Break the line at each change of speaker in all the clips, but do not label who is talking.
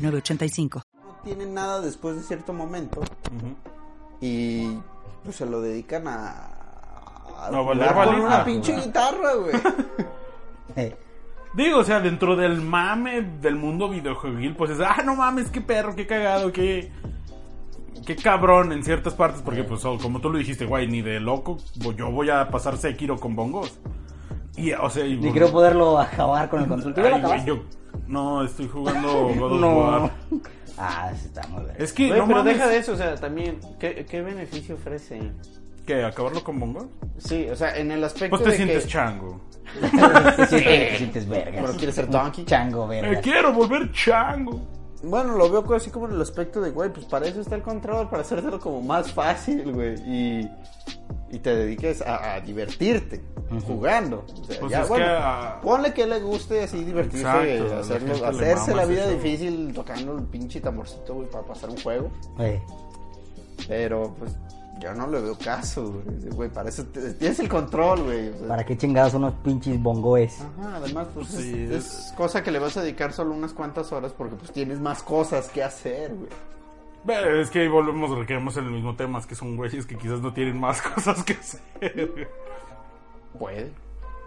985.
No tienen nada después de cierto momento y pues se lo dedican a. a
No,
jugar con
valer balita.
Ah,
una pinche guitarra, güey. Eh,
Digo, o sea, dentro del mame del mundo videojueguil, pues es, ah, no mames, qué perro, qué cagado, qué. Qué cabrón en ciertas partes, porque, pues, oh, como tú lo dijiste, güey, ni de loco, voy- yo voy a pasar Sekiro con bongos. Y, o sea, y,
Ni creo poderlo acabar con el
Ay,
control. ¿Tú ya lo
güey,
acabaste?
yo- No, estoy jugando God of
No.
War.
Ah, sí, está muy bien.
Es que,
Güey,
no
pero
mames.
deja de eso, o sea, también, ¿qué, qué beneficio ofrece?
¿Qué? ¿Acabarlo con bongos?
Sí, o sea, en el aspecto
Pues te
de
sientes
que...
chango.
Te sientes, te sientes vergas.
Pero quieres ser donkey.
Chango
Me
vergas.
quiero volver chango.
Bueno, lo veo así como en el aspecto de, güey, pues para eso está el control, para hacértelo como más fácil, güey. Y, y te dediques a, a divertirte jugando. O sea,
Pues
ya,
es
bueno,
que a-
ponle que le guste así divertirse,
Exacto,
eh,
a la
hacerlo-
gente le
hacerse
mama
la
ese
vida
show.
difícil tocando el pinche tamborcito, güey, para pasar un juego.
Güey.
Pero, pues, yo no le veo caso, güey. Güey, para eso te- tienes el control, güey. o sea,
¿Para qué chingados unos pinches bongoes?
Ajá, además, pues
Sí,
es,
es-
es cosa que le vas a dedicar solo unas cuantas horas porque pues tienes más cosas que hacer, güey.
Ve, Es que ahí volvemos, requeremos en el mismo tema, es que son güeyes que quizás no tienen más cosas que hacer.
Puede.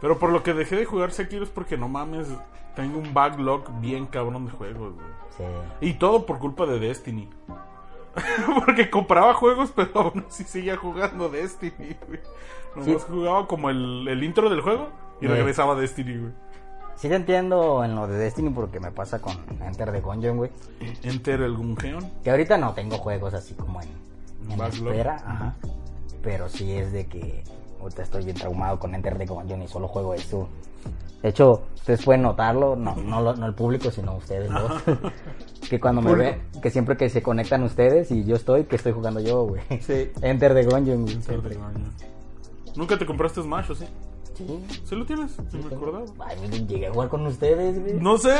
Pero por lo que dejé de jugar Sekiro es porque no mames, tengo un backlog bien cabrón de juegos, güey.
Sí.
Y todo por culpa de Destiny. porque compraba juegos, pero aún así seguía jugando Destiny, güey. Nomás
Sí.
jugaba como el, el intro del juego y
Eh.
regresaba a Destiny, güey.
Sí te entiendo en lo de Destiny porque me pasa con Enter the Gungeon, güey.
Enter el Gungeon.
Que ahorita no tengo juegos así como en, en
Backlog.
espera, ajá. Pero sí es de que ahorita estoy bien traumado con Enter the Gungeon y solo juego eso. De hecho, ustedes pueden notarlo, no, no, lo- no el público, sino ustedes dos. que cuando me ven, que siempre que se conectan ustedes y yo estoy, que estoy jugando yo, güey.
Sí.
Enter the Gungeon, güey.
Enter the Gungeon. ¿Nunca te compraste Smash o sí?
Sí.
¿Sí lo tienes? Sí, me
tengo-
acordaba.
Ay, llegué a jugar con ustedes, güey.
No sé,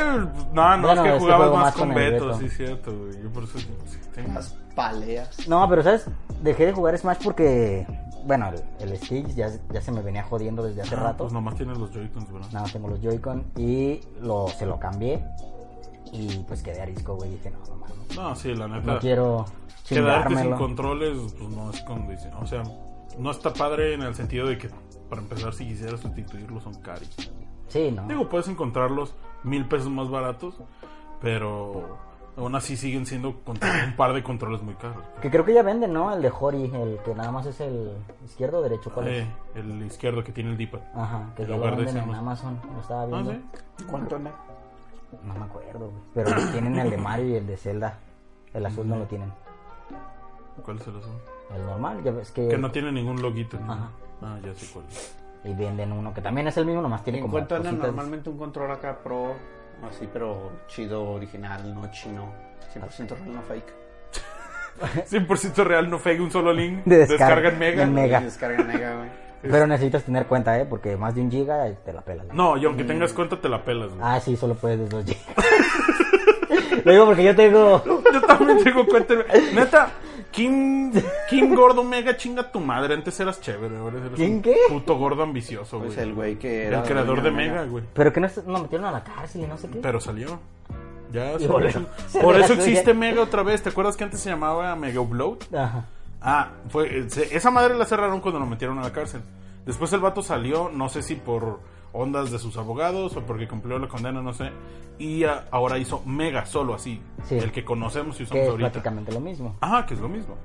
no, no,
Bueno,
es
es
que
que
jugabas
juego
más,
más
con,
con el
Beto,
Beto.
sí, cierto, güey. Yo por eso sí, sí, tengo.
Las paleas.
No, pero ¿sabes? Dejé de jugar Smash porque, bueno, el, el Sticks ya, ya se me venía jodiendo desde hace
Ah,
rato.
Pues nomás tienes los Joy-Cons, ¿verdad?
Nada más tengo los Joy-Con y lo, se lo cambié. Y pues quedé arisco, güey. Dije, no, no, mames,
No, sí, la neta.
no quiero
Ah, Quedarte sin
chingármelo.
controles, pues no es condición. O sea, no está padre en el sentido de que, para empezar, si quisieras sustituirlos, son caros.
Sí, no.
Digo, puedes encontrarlos mil pesos más baratos, pero aún así siguen siendo con- un par de controles muy caros.
Que creo que ya venden, ¿no? El de Hori, el que nada más es el izquierdo o derecho, ¿cuál es? Ah,
Eh, el izquierdo que tiene el D-pad.
Ajá, que
el
ya lo
lugar de
venden
ese,
en
¿no?
Amazon. Lo estaba
Ah,
viendo.
sí.
¿Cuánto anda?
No me acuerdo, güey. Pero tienen el de Mario y el de Zelda. El azul no lo tienen.
¿Cuál se lo son?
El normal, ya ves que.
Que no tiene ningún loguito. ¿no?
Eh. Ajá.
Ah, ya sé cuál es.
Y venden uno que también es el mismo, nomás tiene
¿En
como.
cuánto anda
cositas.
normalmente un control acá pro? Así, pero chido, original, no chino. 100% real, no fake.
100% real, no fake, un solo link.
De
descarga,
descarga.
en mega.
En Mega.
Y Descarga mega, güey.
Pero necesitas tener cuenta, ¿eh? Porque más de un giga eh, te la pelas.
No, y aunque tengas cuenta, te la pelas, güey.
Ah, sí, solo puedes de dos gigas. Lo digo porque yo tengo.
Yo también tengo cuenta. en- Neta, Kim, Kim Gordo Mega, chinga tu madre. Antes eras chévere, ahora eres
¿Quién
un
qué?
puto gordo ambicioso, güey.
Pues el güey que
El
era
creador de
dueño
Mega, güey.
Pero que no, est- no metieron a la cárcel y no sé qué.
Pero salió. Ya
Y
salió.
volvió.
Por eso
Se
existe
resuelve.
Mega otra vez. ¿Te acuerdas que antes se llamaba Mega Upload?
Ajá.
Ah, fue, se- esa madre la cerraron cuando lo metieron a la cárcel. Después el vato salió, no sé si por ondas de sus abogados o porque cumplió la condena, no sé. Y ah, ahora hizo Mega solo así,
Sí.
el que conocemos y
Que
usamos
es
ahorita.
prácticamente lo mismo.
Ajá, que es lo mismo.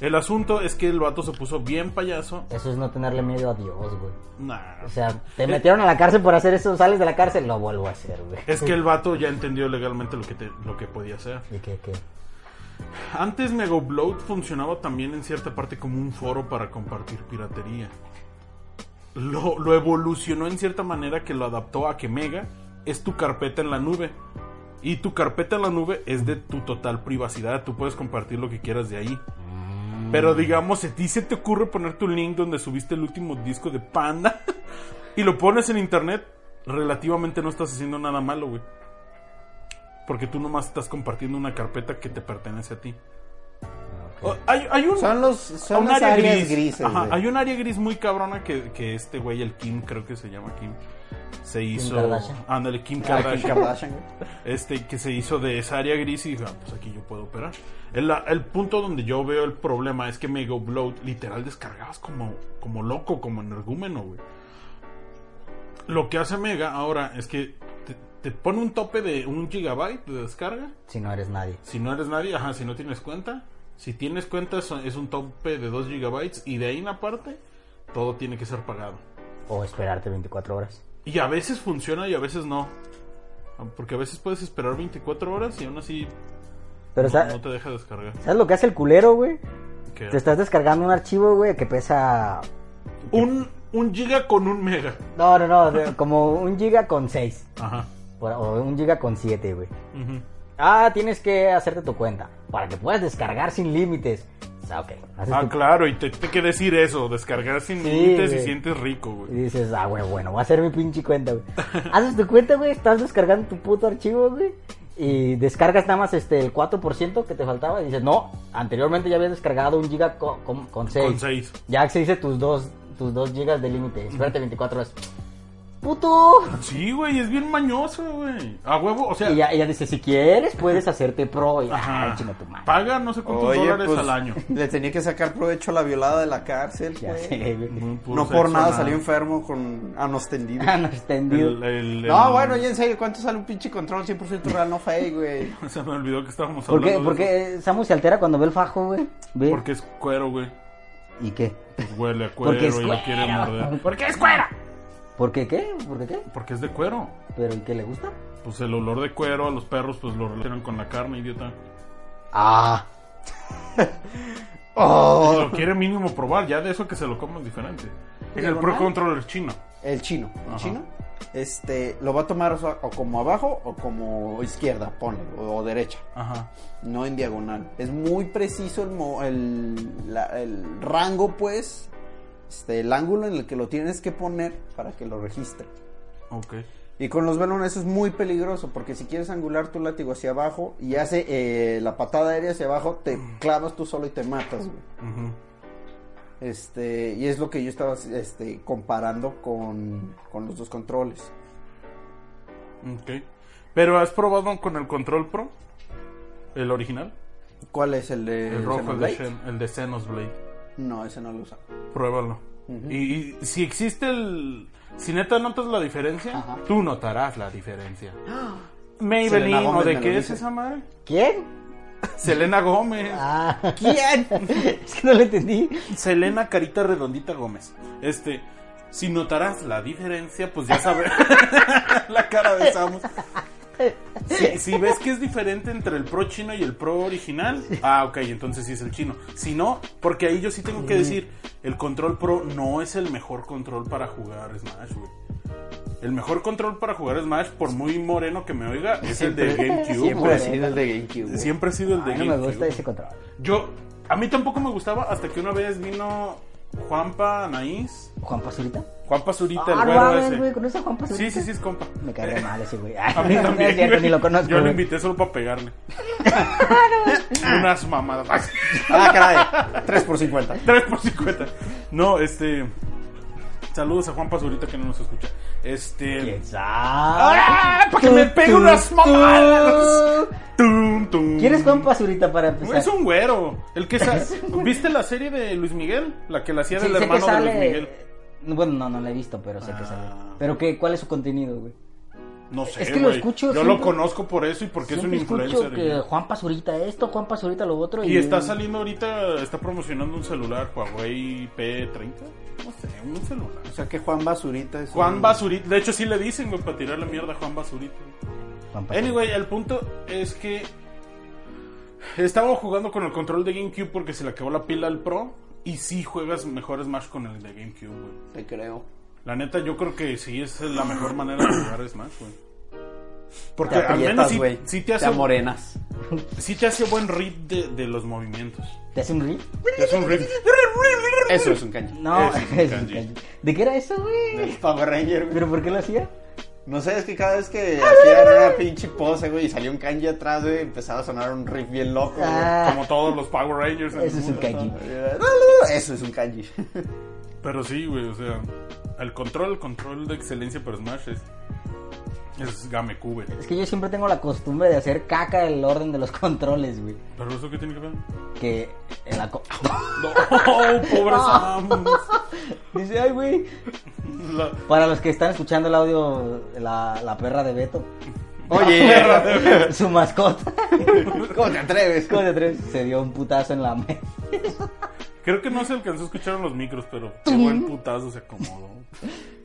El asunto es que el vato se puso bien payaso.
Eso es no tenerle miedo a Dios, güey.
Nah.
O sea, te metieron a la cárcel por hacer eso, sales de la cárcel, lo vuelvo a hacer, güey.
Es que el vato ya entendió legalmente lo que, te- lo que podía hacer.
¿Y qué, qué?
Antes Mega Upload funcionaba también en cierta parte como un foro para compartir piratería. Lo, lo evolucionó en cierta manera que lo adaptó a que Mega es tu carpeta en la nube. Y tu carpeta en la nube es de tu total privacidad. Tú puedes compartir lo que quieras de ahí. Pero digamos, a ti se te ocurre poner tu link donde subiste el último disco de Panda y lo pones en internet, relativamente no estás haciendo nada malo, güey. Porque tú nomás estás compartiendo una carpeta que te pertenece a ti. O- Hay, hay un,
Son los
a
son
un
las
área
áreas
gris.
grises.
Ajá,
güey.
hay un área gris muy cabrona que, que este güey, el Kim, creo que se llama Kim, se hizo.
Kardashian.
Ándale, Kim
Ah, Kim
Kardashian.
Kardashian, güey.
Este, que se hizo de esa área gris y dijo, "Ah, pues aquí yo puedo operar. El, el punto donde yo veo el problema es que Mega Upload literal descargabas como, como loco, como energúmeno, güey. Lo que hace Mega ahora es que te, te pone un tope de un gigabyte de descarga.
Si no eres nadie.
Si no eres nadie, ajá, si no tienes cuenta. Si tienes cuenta son- es un tope de 2 gigabytes y de ahí en aparte todo tiene que ser pagado.
O esperarte 24 horas.
Y a veces funciona y a veces no. Porque a veces puedes esperar 24 horas y aún así
Pero
no,
sa-
no te deja descargar.
¿sabes lo que hace el culero, güey?
¿Qué?
Te estás descargando un archivo, güey, que pesa...
Un, un giga con un mega.
No, no, no, de- como un giga con 6.
Ajá.
O un giga con 7, güey.
Ujú.
Ah, tienes que hacerte tu cuenta. Para que puedas descargar sin límites. Ah, ok. Haces
Ah,
tu-
claro, y te, te que decir eso, descargar sin
Sí,
límites y
güey.
sientes rico, güey.
Y dices, ah, güey, bueno, voy a hacer mi pinche cuenta, güey. Haces tu cuenta, güey, estás descargando tu puto archivo, güey. Y descargas nada más este, el 4% que te faltaba. Y dices, no, anteriormente ya habías descargado un giga co- con, con 6.
Con seis.
Ya accediste tus 2 tus dos gigas de límite. Espérate 24 horas. ¡Puto!
Sí, güey, es bien mañoso, güey. A huevo, o sea,
Y ya, ella dice, si quieres, puedes hacerte pro. Y,
ajá,
ay, chinga tu madre.
paga no sé cuántos
Oye,
dólares
pues,
al año.
Le tenía que sacar provecho a la violada de la cárcel.
Ya
güey.
sé, güey.
Muy puro
No por
sexo,
nada salió enfermo con anos tendido.
Ah, no, extendido.
El- el-
No,
el-
bueno, ya en serio, ¿cuánto sale un pinche control 100% real no fake, güey?
Se me olvidó que estábamos
¿Por qué,
hablando.
por
de eso.
qué ¿Eh? Samu se altera cuando ve el fajo, güey? ¿Ve?
Porque es cuero, güey.
¿Y qué?
Pues huele a cuero
Porque es
y lo quiere
cuero.
morder.
¿Por qué es cuero? ¿Por qué qué? ¿Por qué qué?
Porque es de cuero.
¿Pero y qué le gusta?
Pues el olor de cuero a los perros, pues lo relacionan con la carne, idiota.
Ah. Oh.
Y lo quiere mínimo probar, ya de eso que se lo coman es diferente. Es el Pro
Diagonal.
Controller chino.
El chino, el chino. Este, lo va a tomar o, sea, o como abajo o como izquierda, ponle, o, o derecha,
Ajá.
no en diagonal. Es muy preciso el, mo- el, la- el rango, pues, este, el ángulo en el que lo tienes que poner para que lo registre.
Ok.
Y con los velones eso es muy peligroso, porque si quieres angular tu látigo hacia abajo y hace eh, la patada aérea hacia abajo, te clavas tú solo y te matas, güey.
Ujú.
Este, y es lo que yo estaba este, comparando con, con los dos controles.
Ok. ¿Pero has probado con el Control Pro? ¿El original?
¿Cuál es el de
El rojo, el de,
Xenoblade?
Xen- el de Xenoblade.
No, ese no lo usa.
Pruébalo. y, y si existe el... Si neta notas la diferencia,
Ajá.
tú notarás la diferencia.
Selena
Maybelline, ¿o
Gómez me
de
lo
qué es
dice.
esa madre?
¿Quién?
Selena Gómez.
Ah.
¿Quién?
es que no lo entendí.
Selena Carita Redondita Gómez. Este, si notarás la diferencia, pues ya sabes. la cara de Samus. Si, si ves que es diferente entre el pro chino y el pro original, ah, ok, entonces sí es el chino. Si no, porque ahí yo sí tengo que decir, el control pro no es el mejor control para jugar Smash, güey. El mejor control para jugar Smash, por muy moreno que me oiga, es el de GameCube.
Siempre ha
güey.
sido el de GameCube. güey.
Siempre ha sido el de
Ay, no me
GameCube.
gusta ese control.
Yo, a mí tampoco me gustaba hasta que una vez vino Juanpa Anaís.
¿Juan Pazurita?
Juanpa Zurita,
ah,
el
no
güero
mames,
ese.
güey, ¿conoces a Juan
Sí,
Pazurita?
sí, sí, es compa.
Me cae mal ese güey.
A mí también.
no es cierto,
güey.
ni lo conozco.
Yo lo
güey.
invité solo para pegarle. Unas mamadas.
Ah, caray. 3 por 50.
3 por 50. No, este. Saludos a Juanpa Zurita que no nos escucha. Este.
¿Quién
¡Ah!
sabe?
¡Para que me pegue
Tum,
unas
tum,
mamadas!
tum.
Tum, tum.
¿Quién es Juan Pazurita para empezar?
Es un güero. El que sa- ¿Viste la serie de Luis Miguel? La que la hacía
Sí,
del
sé que
hermano de Luis
sale... eh,
Miguel.
Bueno, no, no lo he visto, pero sé que
Ah.
sale. ¿Pero qué? ¿Cuál es su contenido, güey?
No sé,
Es que lo
güey.
escucho
Yo lo
siempre.
conozco por eso y porque es un
Siempre
influencer.
escucho que Juan Pazurita esto, Juan Pazurita lo otro.
Y está saliendo ahorita, está promocionando un celular Huawei P30. No sé, un celular.
O sea que Juan Basurita es.
Juan
Mm.
un-
Basurita. De hecho, sí le dicen, güey, para tirarle mierda a Juan Basurita.
Juan Pazurita.
Anyway, el punto es que estábamos jugando con el control de GameCube porque se le acabó la pila al Pro. Y sí juegas mejor Smash con el de GameCube, güey.
Te creo.
La neta, yo creo que sí es la mejor manera de jugar Smash, güey. Porque
Te
al menos
aprietas,
sí,
güey.
sí te hace,
Te amorenas.
sí te hace buen rip de, de los movimientos.
¿Te hace un rip?
Te hace un rip.
Eso es un kanji.
No,
Eso es un
eso es un
kanji.
kanji. ¿De qué era eso, güey?
El Power Ranger, güey.
¿Pero por qué lo hacía?
No sé, es que cada vez que hacían una pinche pose, güey, y salió un kanji atrás, güey, empezaba a sonar un riff bien loco, güey.
Ah,
Como todos los Power Rangers. en el
eso es un
mundo.
kanji.
"Ah, Eso es un kanji.
Pero sí, güey, o sea, el control, el control de excelencia para Smash es, es Gamecube.
Es que yo siempre tengo la costumbre de hacer caca el orden de los controles, güey.
¿Pero eso qué tiene que ver?
Que en la co-
No, pobre Samus.
Dice, ay, güey.
La-
Para los que están escuchando el audio, la, la perra de Beto.
Oye,
Su mascota.
¿cómo te atreves?
¿Cómo te atreves? Se dio un putazo en la mesa.
Creo que no se alcanzó a escuchar en los micros, pero qué buen putazo se acomodó.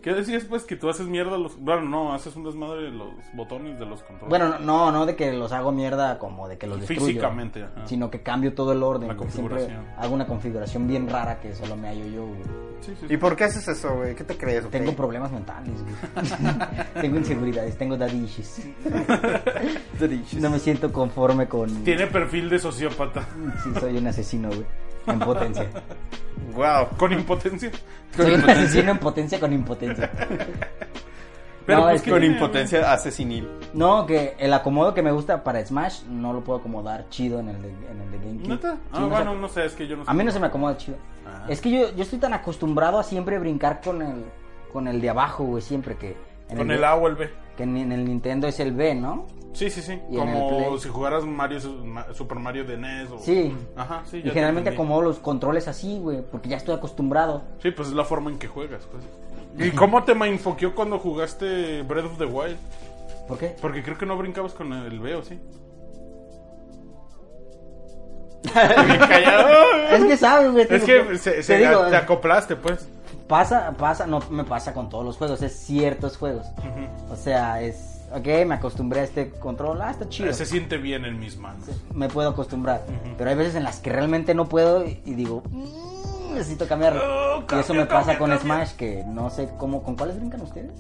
¿Qué decías, pues, que tú haces mierda los... Bueno, no, haces un desmadre de los botones de los controles.
Bueno, no, no de que los hago mierda como de que los destruyo.
Físicamente, ajá.
Sino que cambio todo el orden.
La
güey. Siempre
configuración.
hago una configuración bien rara que solo me hallo yo, güey.
Sí, sí, sí.
¿Y por qué haces eso, güey? ¿Qué te crees? ok?
Tengo problemas mentales, güey. tengo inseguridades, tengo daddy issues. No me siento conforme con...
Tiene perfil de sociópata.
Sí, soy un asesino, güey. En potencia.
Wow.
Con impotencia.
Soy un asesino en potencia con impotencia. No, es
¿qué
Con
pues tiene,
impotencia asesinil.
No, que el acomodo que me gusta para Smash no lo puedo acomodar chido en el de, en el de
güey?
GameCube.
¿Neta?
Sí,
Ah,
no sé-
bueno, no sé, es que yo no sé.
A mí no se me acomoda chido.
Ah.
Es que yo, yo estoy tan acostumbrado a siempre brincar con el, con el de abajo, güey, siempre que... en
Con
de-
el A o el B.
Que en, en el Nintendo es el B, ¿no?
Sí, sí, sí.
Y en el
Como
Play.
si jugaras Mario, Ma- Super Mario de NES o...
Sí.
Ajá, sí.
Y
ya te
generalmente
entendí.
acomodo los controles así, güey, porque ya estoy acostumbrado.
Sí, pues es la forma en que juegas. pues. ¿Y cómo te mainfoqueó cuando jugaste Breath of the Wild?
¿Por qué?
Porque creo que no brincabas con el B, ¿o sí?
Es que sabes, güey. te
Es
digo,
que se-
te
se-
digo, eh.
te acoplaste, pues.
pasa, pasa, no me pasa con todos los juegos, es ciertos juegos. O sea, es, ok, me acostumbré a este control, ah, está chido.
Se siente bien en mis manos.
Me puedo acostumbrar. Pero hay veces en las que realmente no puedo y y digo, "Mm, necesito cambiarlo.
Oh,
y
cambia,
eso me
cambia,
pasa con
cambia.
Smash, que no sé cómo, ¿con cuáles brincan ustedes?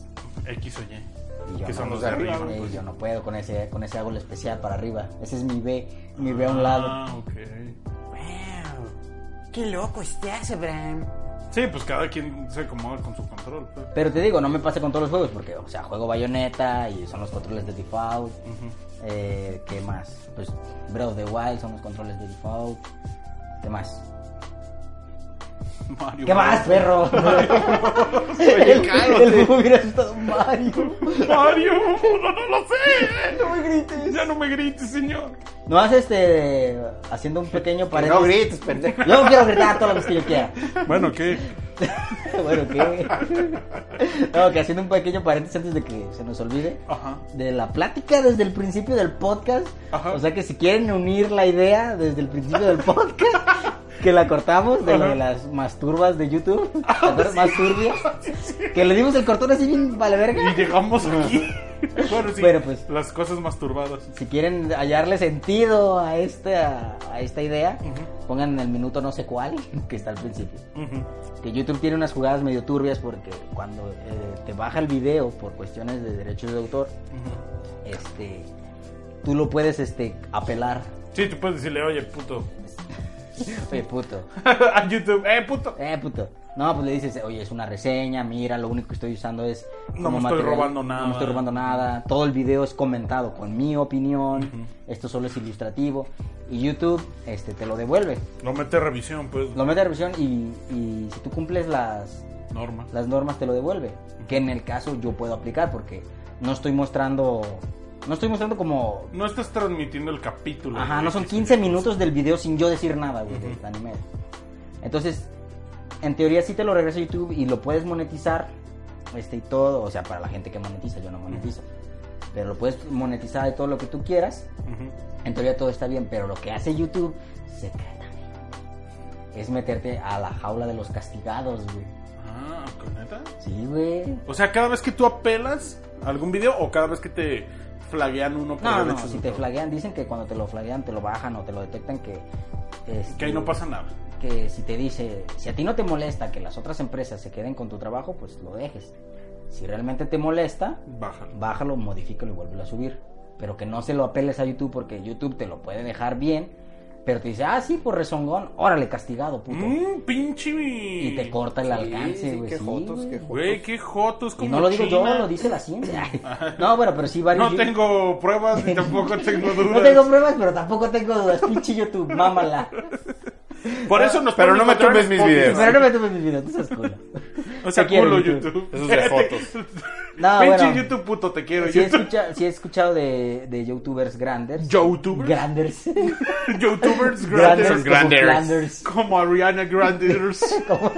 X o Y.
Y yo
Que
no,
son los
güey,
de arriba,
güey,
pues.
Yo no puedo con ese, con ese árbol especial para arriba. Ese es mi B, mi B a un lado.
Ah, ok.
Qué loco estás, Abraham.
Sí, pues cada quien se acomoda con su control. pues.
Pero te digo, no me pasa con todos los juegos, porque, o sea, juego bayoneta y son los controles de default. Eh, ¿Qué más? Pues Breath of the Wild son los controles de default. ¿Qué más?
Mario
¿Qué
Bros.
más, perro? el, el juego hubiera estado Mario.
Mario, no, no lo sé.
No me grites.
Ya no me grites, señor.
No vas este, haciendo un pequeño
Que
paréntesis.
no grites, pendejo.
Yo no quiero gritar todas las veces que yo quiera.
Bueno, ¿qué?
bueno, ¿qué? No, que haciendo un pequeño paréntesis antes de que se nos olvide.
Ajá.
De la plática desde el principio del podcast.
Ajá.
O sea que si quieren unir la idea desde el principio del podcast, que la cortamos de lo de las masturbas de YouTube. las masturbias. Que le dimos el cortón así bien vale
Y
verga.
llegamos aquí. Bueno, sí.
Bueno, pues.
Las cosas masturbadas.
Si quieren hallarle sentido a esta, a esta idea, pongan en el minuto no sé cuál, que está al principio.
Ujú.
que YouTube tiene unas jugadas medio turbias porque cuando eh, te baja el video por cuestiones de derechos de autor, este, tú lo puedes este, apelar.
Sí, tú puedes decirle, oye, puto.
Oye, puto.
a YouTube, eh, puto.
Eh, puto. No, pues le dices, oye, es una reseña, mira, lo único que estoy usando es...
No
como
me estoy robando nada.
No me estoy robando nada. Todo el video es comentado con mi opinión. Esto solo es ilustrativo. Y YouTube este, te lo devuelve.
No mete revisión, pues.
Lo mete a revisión y, y si tú cumples las,
Norma.
las normas te lo devuelve. Que en el caso yo puedo aplicar porque no estoy mostrando, no estoy mostrando como,
No estás transmitiendo el capítulo.
ajá,
güey.
no son 15 minutos del video sin yo decir nada, güey, del anime. Entonces, en teoría sí te lo regresa YouTube y lo puedes monetizar, este y todo, o sea, para la gente que monetiza, yo no monetizo. Pero lo puedes monetizar de todo lo que tú quieras.
Ujú.
En teoría todo está bien, pero lo que hace YouTube secretamente es meterte a la jaula de los castigados, güey.
Ah, ¿con neta?
Sí, güey.
O sea, cada vez que tú apelas a algún video o cada vez que te flaguean uno por
No, no,
derechos
si
de
te
autor.
flaguean, dicen que cuando te lo flaguean, te lo bajan o te lo detectan que... este,
Que ahí no pasa nada.
Que si te dice, si a ti no te molesta que las otras empresas se queden con tu trabajo, pues lo dejes. Si realmente te molesta,
Bájalo.
bájalo, modifícalo y vuélvelo a subir. Pero que no se lo apeles a YouTube porque YouTube te lo puede dejar bien, pero te dice, ah, sí, por rezongón, órale, castigado, puto.
Mm, pinche.
Y te corta el alcance,
sí,
güey.
qué
sí,
jotos,
güey.
qué jotos.
Güey, qué jotos
Y
como
no lo digo
China.
yo, lo dice la ciencia. No, bueno, pero sí varios.
No tengo pruebas y tampoco tengo dudas.
No tengo pruebas, pero tampoco tengo dudas. Pinche YouTube, mámala.
Por eso nos
Pero
pueden
no me tumbes
encontrar en
mis
Spotify.
videos.
Pero no me tomes mis videos, tú seas culo.
O sea,
Te quiero,
culo
YouTube.
YouTube.
Eso es de fotos.
No,
Pinche
bueno.
YouTube puto, te quiero.
Pues Sí he,
YouTube.
escucha- sí he escuchado de, de YouTubers granders.
¿Youtubers?
Granders.
Youtubers
Granders.
grandes.
granders.
Granders.
Como Ariana Grande.
Como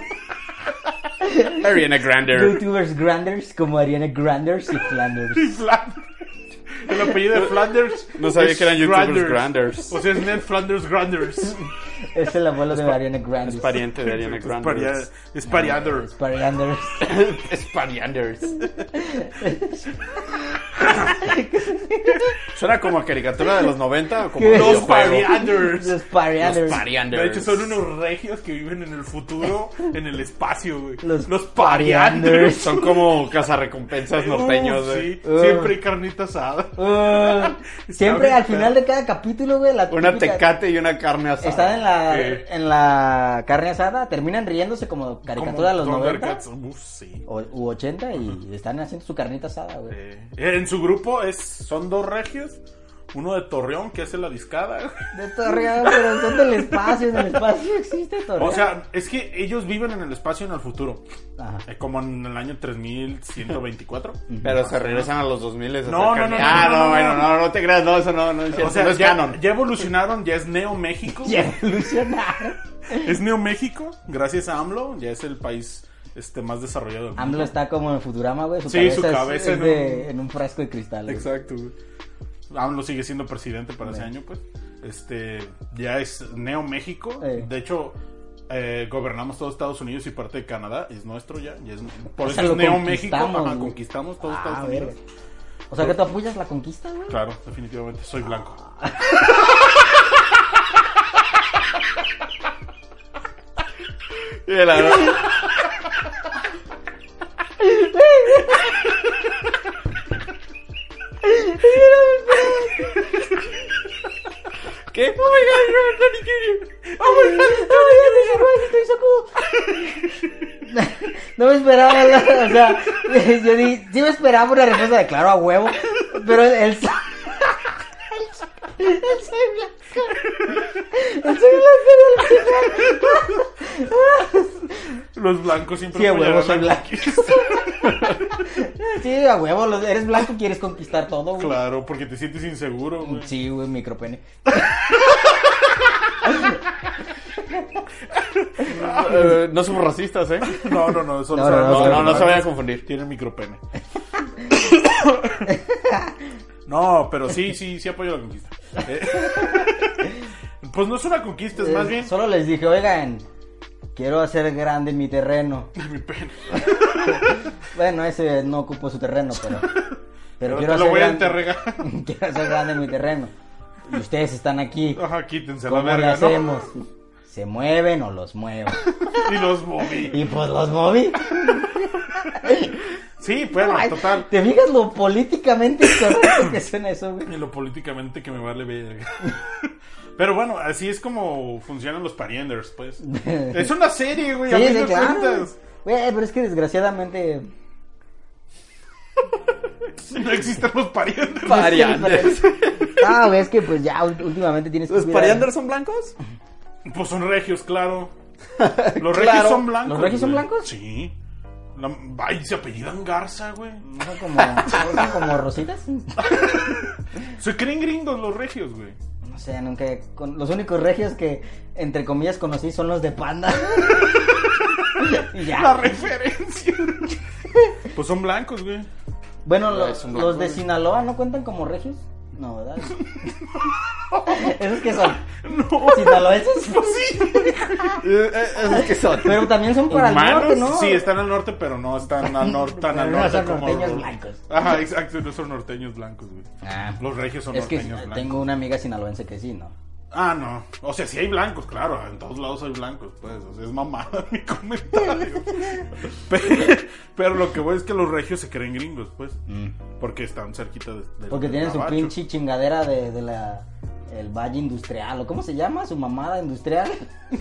Ariana Grande.
YouTubers granders como Ariana Granders y Flanders.
y Flanders. El apellido de Flanders.
No sabía
es
que eran youtubers granders.
O sea, es Ned Flanders Granders.
Es el abuelo de Ariana Grande.
Es pariente de Ariana
Es
Grande.
paria- Es pariander.
Es Parianders.
Es Parianders. Suena como a caricatura de los 90 o como
¿Qué?
un
Los
videojuego.
parianders.
Los Parianders.
Los Parianders.
De hecho, son unos regios que viven en el futuro, en el espacio, güey.
Los
Los, parianders.
Son como cazarrecompensas norteños,
Uh,
güey.
sí, siempre hay carnita asada.
Uh, siempre
bien
al final de cada capítulo, güey, la
Una
típica-
tecate y una carne asada.
Están en la,
Eh.
en la carne asada, terminan riéndose como caricatura de los
Como
90
Thundercats. Uh, sí.
o, u 80 y están haciendo su carnita asada, güey.
Eh, en su grupo es, son dos regios. Uno de Torreón, que hace la discada.
De Torreón, pero son del espacio, en el espacio existe Torreón.
O sea, es que ellos viven en el espacio y en el futuro.
Ajá.
Eh, como en el año 3124.
Pero se regresan a los 2000 esa
No,
carne.
no, no,
Ah,
no, no,
no,
no,
bueno,
no.
no, no te creas, no, eso no, no, es
O
cierto,
sea,
no es
ya,
canon.
ya evolucionaron, ya es Neo México.
Y evolucionar.
Es Neo México, gracias a AMLO, ya es el país este más desarrollado del mundo.
AMLO está como en Futurama, güey. Su
Sí,
cabeza
su
es-
cabeza
es
en
de-
un-
en un frasco de cristal. güey.
Exacto, güey. AMLO sigue siendo presidente para ese año, pues. Este, ya es Neo México.
Eh.
De hecho, eh, gobernamos todo Estados Unidos y parte de Canadá. Es nuestro ya. ya es- por
O
eso
sea, lo
es Neo México.
conquistamos,
Ajá,
güey.
conquistamos todo
Ah,
Estados
verga.
Unidos.
O sea, que tú apoyas la conquista, güey.
Claro, definitivamente. Soy blanco.
Y de la verdad- ¿Qué? Oh my god,
No me esperaba, la- o sea, yo di, sí me esperaba una respuesta de claro a huevo, pero él, él, sa- él, soy blanco, él soy blanco del
Los blancos siempre
Sí, a
apoyan
huevo,
a
soy
la
blanco.
conquista.
Sí, a huevo, los- eres blanco, quieres conquistar todo, güey.
Claro, porque te sientes inseguro, güey.
Sí, güey, micropene.
Eh, no somos racistas, ¿eh?
No, no, no, eso
No, no,
No, no, no se vayan a
vaya
confundir.
Tiene micropene. No, pero sí, sí, sí apoyo la conquista. Eh, Pues no es una conquista, es más
Eh,
bien
Solo les dije, oigan, quiero hacer grande mi terreno.
mi pene.
Bueno, ese no ocupó su terreno, pero. Pero,
Pero
quiero
te lo
hacer
voy a
grande-
enterregar.
quiero hacer grande mi terreno. Y ustedes están aquí.
Ajá, quítense Oh, la
¿Cómo le
verga, ¿no?
hacemos? ¿Se mueven o los muevo?
Y los moví.
Y pues los moví.
Sí, pero
Ay,
total.
¿Te fijas lo políticamente correcto que suena eso, güey?
Y lo políticamente que me vale verga. Pero bueno, así es como funcionan los parienders, pues. Es una serie, güey, a
Sí,
fin
sí,
de
claro.
cuentas.
Güey, pero es que desgraciadamente.
No existen los parienders.
Parianders.
Ah, güey, es que pues ya ult- últimamente tienes que.
¿Los
cuidar-
parianders son blancos?
Pues son regios, claro. Los regios
Claro.
son blancos.
¿Los regios son
güey.
blancos?
Sí. La... Ay, se apellidan Garza, güey.
¿No son como, ¿no son como rositas?
Se creen gringos los regios, güey.
No sé, nunca. con- los únicos regios que, entre comillas, conocí son los de panda. y ya.
La referencia. pues son blancos, güey.
Bueno,
No,
lo-
es un
los
blanco,
de
güey.
Sinaloa no cuentan como regios. No, ¿verdad? ¿Esos que son?
No. Pues
¿Sinaloenses?
Eh, eh, ¿Esos qué son?
Pero también son para el norte, ¿no?
Sí, están al norte, pero no están al norte, tan al
Pero no
norte
son
como
norteños
los-
blancos.
Ajá, exacto, no son norteños blancos, güey.
Ah,
Los regios son
es que
norteños blancos.
tengo una amiga sinaloense que sí, ¿no?
Ah, no. O sea, sí hay blancos, claro. En todos lados hay blancos, pues. O sea, es mamada mi comentario. pero, pero lo que voy es que los regios se creen gringos, pues. Porque están cerquita de, del-
Porque
del
tienen su
gabacho.
pinche chingadera de, de la. El valle industrial, ¿o cómo se llama? Su mamada industrial.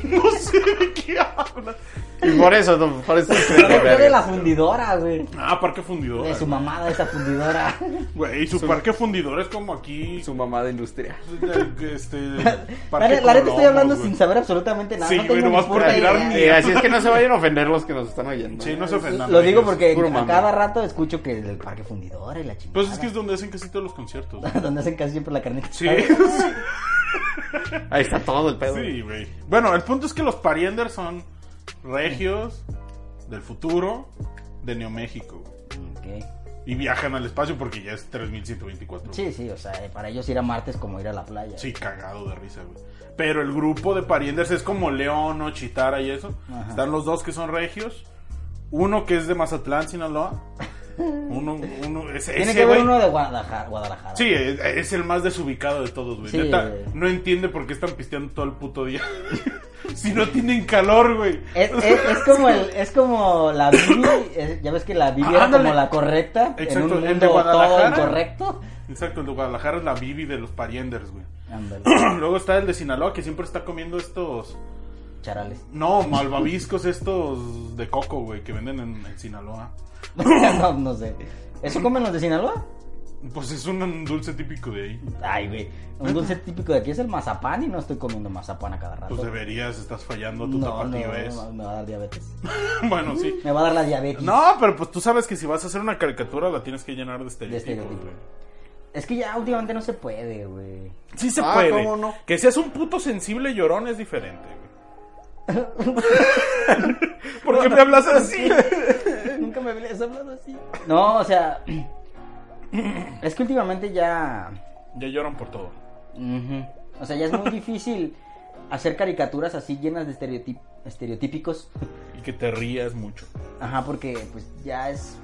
No sé de qué habla.
Y por eso, no, por eso se cree que
de la
verga.
fundidora, güey.
Ah, parque fundidor.
De su mamada, esa fundidora.
Güey, su parque fundidor es como aquí.
Su mamada industrial.
Este,
La
parque
neta la neta estoy
Colomos,
hablando
güey.
sin saber absolutamente nada.
Sí,
no tengo
güey,
ni
nomás por
puta
tirar
idea.
mierda.
Y Eh, así es que no se vayan a ofender los que nos están oyendo. ¿eh?
Sí, no se ofendan.
Lo
amigos.
digo porque
Puro
a
mame.
cada rato escucho que el parque fundidora y la chingada.
Pues es que es donde hacen casi todos los conciertos. güey.
donde hacen casi siempre la carnita.
Sí,
Ahí está todo el pedo.
sí, güey. Bueno, el punto es que los parienders son regios del futuro de Neo México. güey.
Ok.
Y viajan al espacio porque ya es 3124.
Sí, sí, o sea, eh, para ellos ir a Marte es como ir a la playa.
Sí, cagado de risa, güey. Pero el grupo de parienders es como Leono, Chitara y eso.
Ajá.
Están los dos que son regios. Uno que es de Mazatlán, Sinaloa. Uno, uno, ese,
Tiene
ese,
que haber
güey.
uno de Guadalajara. Guadalajara.
Sí, es, es el más desubicado de todos, güey.
Sí,
Neta,
güey.
no entiende por qué están pisteando todo el puto día. si no tienen calor, güey.
Es, es- es como el, es como la Bibi, es- ya ves que la Bibi era
Ándale.
como la correcta, en
Exacto, el
un
de
mundo todo
Guadalajara.
incorrecto.
Exacto, el de Guadalajara es la bibi de los parienders, güey.
Ándale,
Luego está el de Sinaloa, que siempre está comiendo estos...
charales.
No, malvaviscos estos de coco, güey, que venden en, en Sinaloa.
no, no sé. ¿Eso comen los de Sinaloa?
Pues es un dulce típico de ahí.
Ay, güey. Un dulce típico de aquí es el mazapán y no estoy comiendo mazapán a cada rato.
Pues deberías, estás fallando, tu
no, no,
tapatío
no,
es.
no, me va a dar diabetes.
bueno, sí.
Me va a dar la diabetes.
No, pero pues tú sabes que si vas a hacer una caricatura la tienes que llenar de estereotipos,
estereotipos.
güey.
Es que ya últimamente no se puede, güey.
Sí se
Ah,
puede.
¿cómo no?
Que seas un puto sensible llorón es diferente, güey. ¿Por qué me hablas así?
Eh, Nunca me habías hablado así. No, o sea. es que últimamente ya.
Ya lloran por todo.
Ujú. O sea, ya es muy difícil hacer caricaturas así llenas de estereotip- estereotípicos.
Y que te rías mucho.
Ajá, porque pues ya es.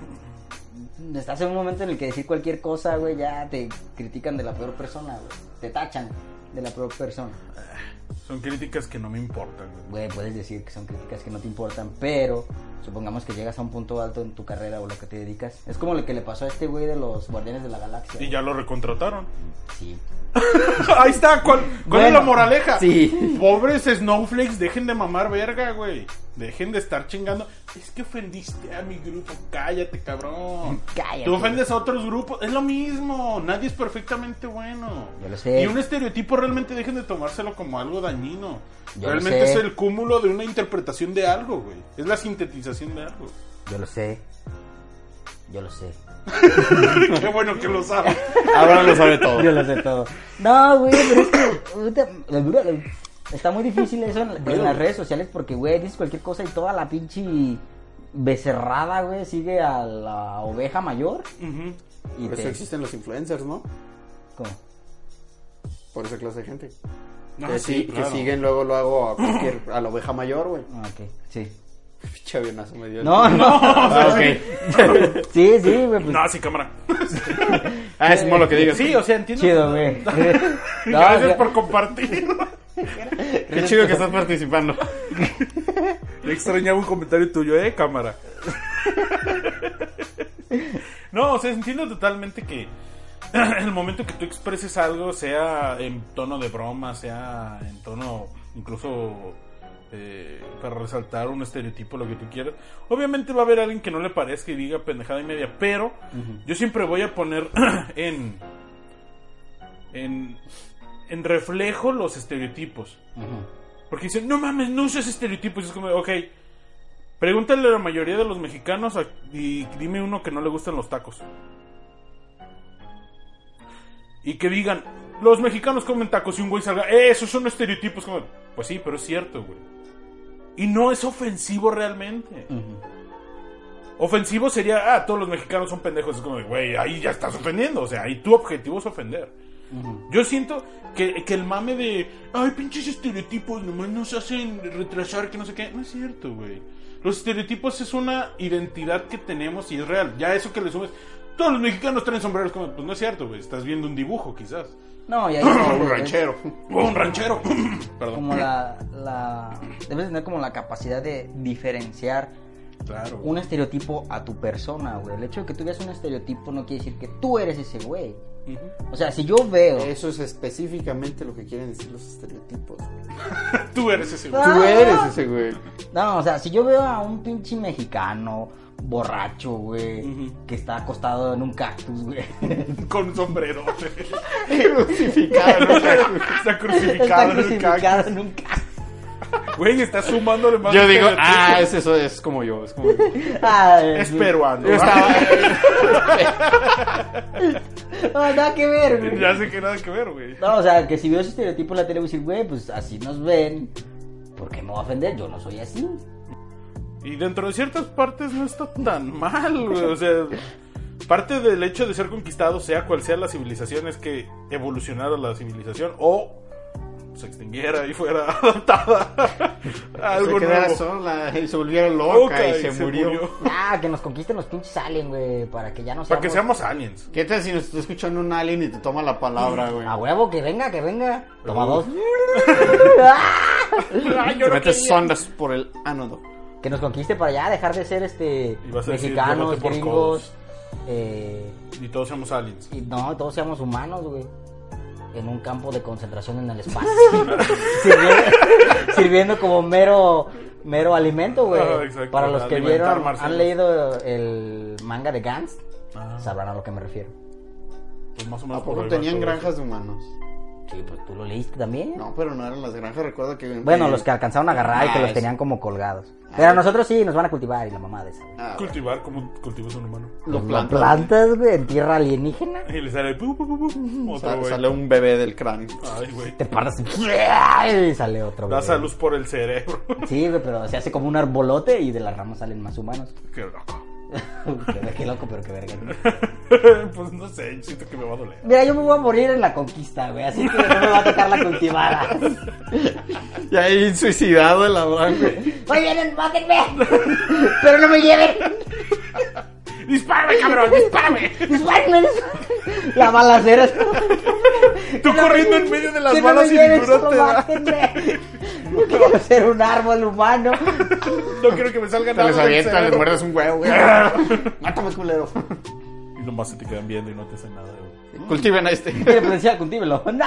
Estás en un momento en el que decir cualquier cosa, güey, ya te critican de la peor persona, güey. Te tachan de la peor persona.
Son críticas que no me importan, güey.
Güey, puedes decir que son críticas que no te importan, pero supongamos que llegas a un punto alto en tu carrera o lo que te dedicas. Es como lo que le pasó a este güey de los Guardianes de la Galaxia.
Y ya lo recontrataron.
Sí.
Ahí está, ¿cuál, cuál es
Bueno,
la moraleja?
sí.
Pobres snowflakes, dejen de mamar verga, güey. Dejen de estar chingando. Es que ofendiste a mi grupo. Cállate, cabrón.
Cállate.
Tú ofendes a otros grupos. Es lo mismo. Nadie es perfectamente bueno.
Yo lo sé.
Y un estereotipo realmente dejen de tomárselo como algo dañino.
Yo lo
realmente
sé.
es el cúmulo de una interpretación de algo, güey. Es la sintetización de algo.
Yo lo sé. Yo lo sé.
Qué bueno que lo sabes.
Ahora lo sabe todo.
Yo lo sé todo. No, güey, pero es que puta, está muy difícil eso en, en las redes sociales porque, güey, dices cualquier cosa y toda la pinche becerrada, güey, sigue a la oveja mayor.
Ujú.
Por
Y
eso
te-
Pues existen los influencers, ¿no?
¿cómo?
Por esa clase de gente.
Ah,
que, sí,
claro.
que siguen luego lo hago a cualquier, a la oveja mayor, güey.
Ah, ok, sí.
Pinche avionazo me dio.
No, no.
Ah, ok.
Sí, sí, güey. pues,
No, sí, cámara.
Ah, es malo que digas.
Sí, o sea, entiendo.
Chido, güey. No,
Gracias
ya-
por compartir.
Qué chido que estás participando.
Le extrañaba un comentario tuyo, eh, cámara. No, o sea, entiendo totalmente que el momento que tú expreses algo, sea en tono de broma, sea en tono incluso eh, para resaltar un estereotipo, lo que tú quieras, obviamente va a haber alguien que no le parezca y diga pendejada y media, pero yo siempre voy a poner en, en, en reflejo los estereotipos. Porque dicen, no mames, no uses estereotipos. Es como, ok, pregúntale a la mayoría de los mexicanos a- y dime uno que no le gustan los tacos. Y que digan, los mexicanos comen tacos y un güey salga, "Eh, esos son estereotipos. Como, pues sí, pero es cierto, güey. Y no es ofensivo realmente.
Ujú.
Ofensivo sería, ah, todos los mexicanos son pendejos. Es como, de, güey, ahí ya estás ofendiendo. O sea, ahí tu objetivo es ofender. Yo siento que, que el mame de, ay, pinches estereotipos, nomás nos hacen retrasar, que no sé qué. No es cierto, güey. Los estereotipos es una identidad que tenemos y es real. Ya eso que le subes, todos los mexicanos traen sombreros como. Pues no es cierto, güey. Estás viendo un dibujo, quizás.
No, y ahí.
un ranchero. un ranchero. Perdón.
Como la, la. Debes tener como la capacidad de diferenciar
Claro. güey.
un estereotipo a tu persona, güey. El hecho de que tú veas un estereotipo no quiere decir que tú eres ese güey.
Ujú.
O sea, si yo veo.
Eso es específicamente lo que quieren decir los estereotipos. güey.
Tú eres ese, güey.
Ah.
Tú eres ese güey.
No, o sea, si yo veo a un pinche mexicano borracho, güey,
Ujú.
que está acostado en un cactus, güey.
Con sombrero. güey.
Crucificado.
Está crucificado en el cactus.
crucificado en un cactus.
Güey, está sumándole más.
Yo digo,
estereotipos.
ah, es eso, es como yo, es como yo.
Ay,
Es
güey.
peruano.
Yo estaba-
No, nada que ver, güey.
Ya sé que nada que ver, güey.
No, o sea, que si veo ese estereotipo en la tele, voy a decir, güey, pues así nos ven. ¿Por qué me voy a ofender? Yo no soy así.
Y dentro de ciertas partes no está tan mal, güey. O sea, parte del hecho de ser conquistado, sea cual sea la civilización, es que evolucionara la civilización o se extinguiera y fuera adaptada a algo
se quedara
nuevo.
sola y se volviera loca,
Loca
y, se, murió.
Ah, que nos conquisten los pinches aliens, güey, para que ya no
Para que seamos aliens.
¿Qué tal si nos está escuchando un alien y te toma la palabra, güey?
A huevo, que venga, que venga. Toma
Uh.
dos.
Te metes sondas por el ánodo.
que nos conquiste para allá, dejar de ser este
Y vas a decir,
mexicanos,
llévate por
gringos.
codos.
Eh,
Y todos somos aliens.
y no, todos seamos humanos, güey. En un campo de concentración en el espacio. sirviendo, sirviendo como mero mero alimento, güey.
Ah, exacto,
para los que
alimentar
vieron,
marcianos.
han leído el manga de Gantz,
Ah.
sabrán a lo que me refiero.
Pues más o menos
¿A
por
poco
ahí va
tenían
todo
granjas de humanos?
Sí, pues tú lo leíste también.
No, pero no eran las granjas, recuerdo que...
Bueno, los que alcanzaron a agarrar y
Eh,
que
Ah,
los
es-
tenían como colgados. Pero a nosotros sí, nos van a cultivar y la mamá de esa. güey.
Ah,
eso.
bueno.
Cultivar como cultivas un humano.
Lo
Las
plantas.
plantas, güey, en tierra alienígena.
Y le sale pu, pu, pu, pu, otro
Sale,
güey.
sale un bebé del cráneo.
Ay, güey.
Te paras y sale otro, güey.
Das a luz por el cerebro.
Sí, güey, pero se hace como un arbolote y de las ramas salen más humanos.
Qué loco.
qué, ver- qué loco, pero qué verga. ¿no?
pues no sé, siento que me va a doler.
Mira, yo me voy a morir en la conquista, güey, así que no me va a tocar la cultivada.
Y ahí suicidado el Abraham, güey.
Muy bien, mátenme, pero no me lleven.
¡Dispárame, cabrón! ¡Dispárame!
Dispárenme, dispárenme. La balacera. es-
Tú corriendo en medio de las
Que no
balas
me
y
lleven,
cinturón
solo
te da.
mátenme. Yo quiero ser un árbol humano.
No quiero que me salgan
Te
nada
les
del
avienta, les
cerebro.
muerdes un huevo, güey. Mátame, culero.
Y nomás se te quedan viendo y no te hacen nada, güey.
Cultiven a este.
Quiere potencial, cultívelo. ¡No!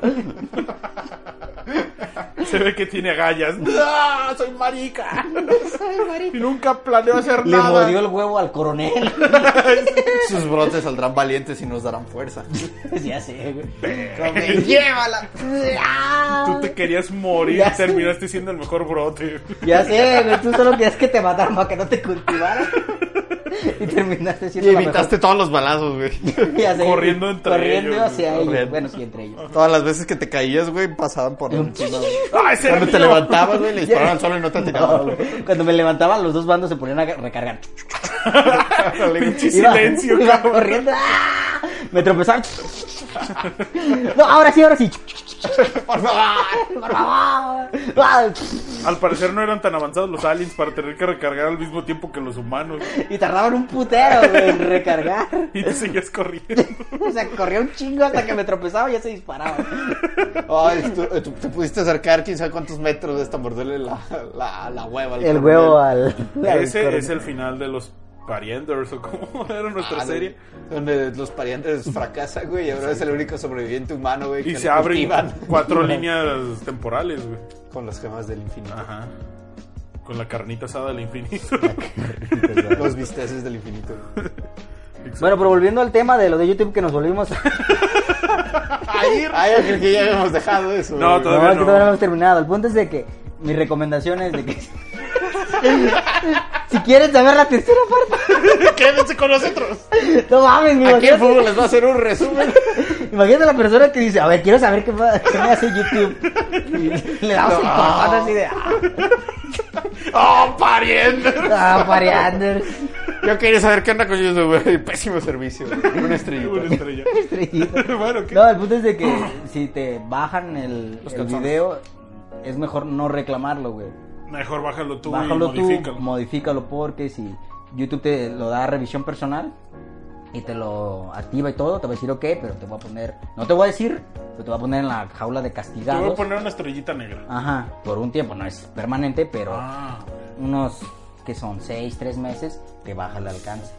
Se ve que tiene agallas. ¡Ah, soy marica!
Soy marica.
Y nunca planeo hacer
Le
nada.
mordió el huevo al coronel.
Sus brotes saldrán valientes y nos darán fuerza.
ya sé, güey.
Come, ¡Llévala!
Tú te querías morir
Ya
y
sé.
terminaste siendo el mejor brote.
Ya sé, güey. Tú solo querías que te mataran para que no te cultivaran. Y terminaste
Y
siendo la
evitaste todos los balazos, güey.
mejor- Ya sé,
corriendo entre
corriendo
ellos,
hacia
güey,
ellos.
corriendo.
Bueno, sí, entre ellos.
Todas las veces que te caías, güey, pasaban por
Un
encima.
¡Ah, ese
Cuando
era
te
mío!
levantabas, güey, le disparaban solo y no te
No,
tiraban.
güey. Cuando me levantaban, los dos bandos se ponían a recargar.
Pinche
Iba-
silencio,
iba
cabrón.
corriendo. ¡ah! Me tropezaban. No, ahora sí, ahora sí.
Por favor.
Por favor. Ah,
Al parecer no eran tan avanzados los aliens para tener que recargar al mismo tiempo que los humanos.
Y tardaban un putero, güey, en recargar.
Y te seguías corriendo.
O sea, corría un chingo hasta que me tropezaba y ya se disparaba.
Ay, tú, eh, tú- te pudiste acercar quién sabe cuántos metros de esta morderle la, la, la hueva. al
El
coronel.
huevo al. al
Ese
coronel.
es el final de los Parienders o como era nuestra
Ah,
serie.
Donde los parientes fracasan, güey, y ahora es el único sobreviviente humano, güey.
Y
que
se
lo
abren
cultivan
cuatro líneas temporales, güey.
Con las gemas del infinito.
Ajá. Con la carnita asada del infinito.
Los bisteces del infinito. güey.
Bueno, pero volviendo al tema de lo de YouTube que nos volvimos.
Ay, aquel que ya habíamos dejado eso.
No,
güey.
No,
Todavía
es que
no.
todavía no hemos terminado. El punto es de que mi recomendación es de que. si quieren saber la tercera parte,
Quédense con nosotros.
no mames, mi
Aquí el
imagínate,
fútbol les va a hacer un resumen.
imagínate la persona que dice: A ver, quiero saber qué, va- qué me hace YouTube. Y le damos
No.
el cortón así de. Ah,
¡Oh, pariente!
ah Pari Anders.
Yo quería saber qué anda con YouTube, güey. Pésimo servicio. güey. Una
Una
estrellita.
estrella.
Estrellita.
bueno, ¿qué?
No, el punto es de que si te bajan el, el
calzones.
video, es mejor no reclamarlo, güey.
Mejor bájalo tú
Bájalo
y modifícalo.
tú, modifícalo porque si YouTube te lo da a revisión personal, y te lo activa y todo, te va a decir ok, pero te voy a poner, no te voy a decir, pero te voy a poner en la jaula de
Te voy a
castigados.
poner una estrellita negra.
Ajá, por un tiempo, no es permanente, pero
Ah.
unos que son 6, 3 meses, te baja el alcance.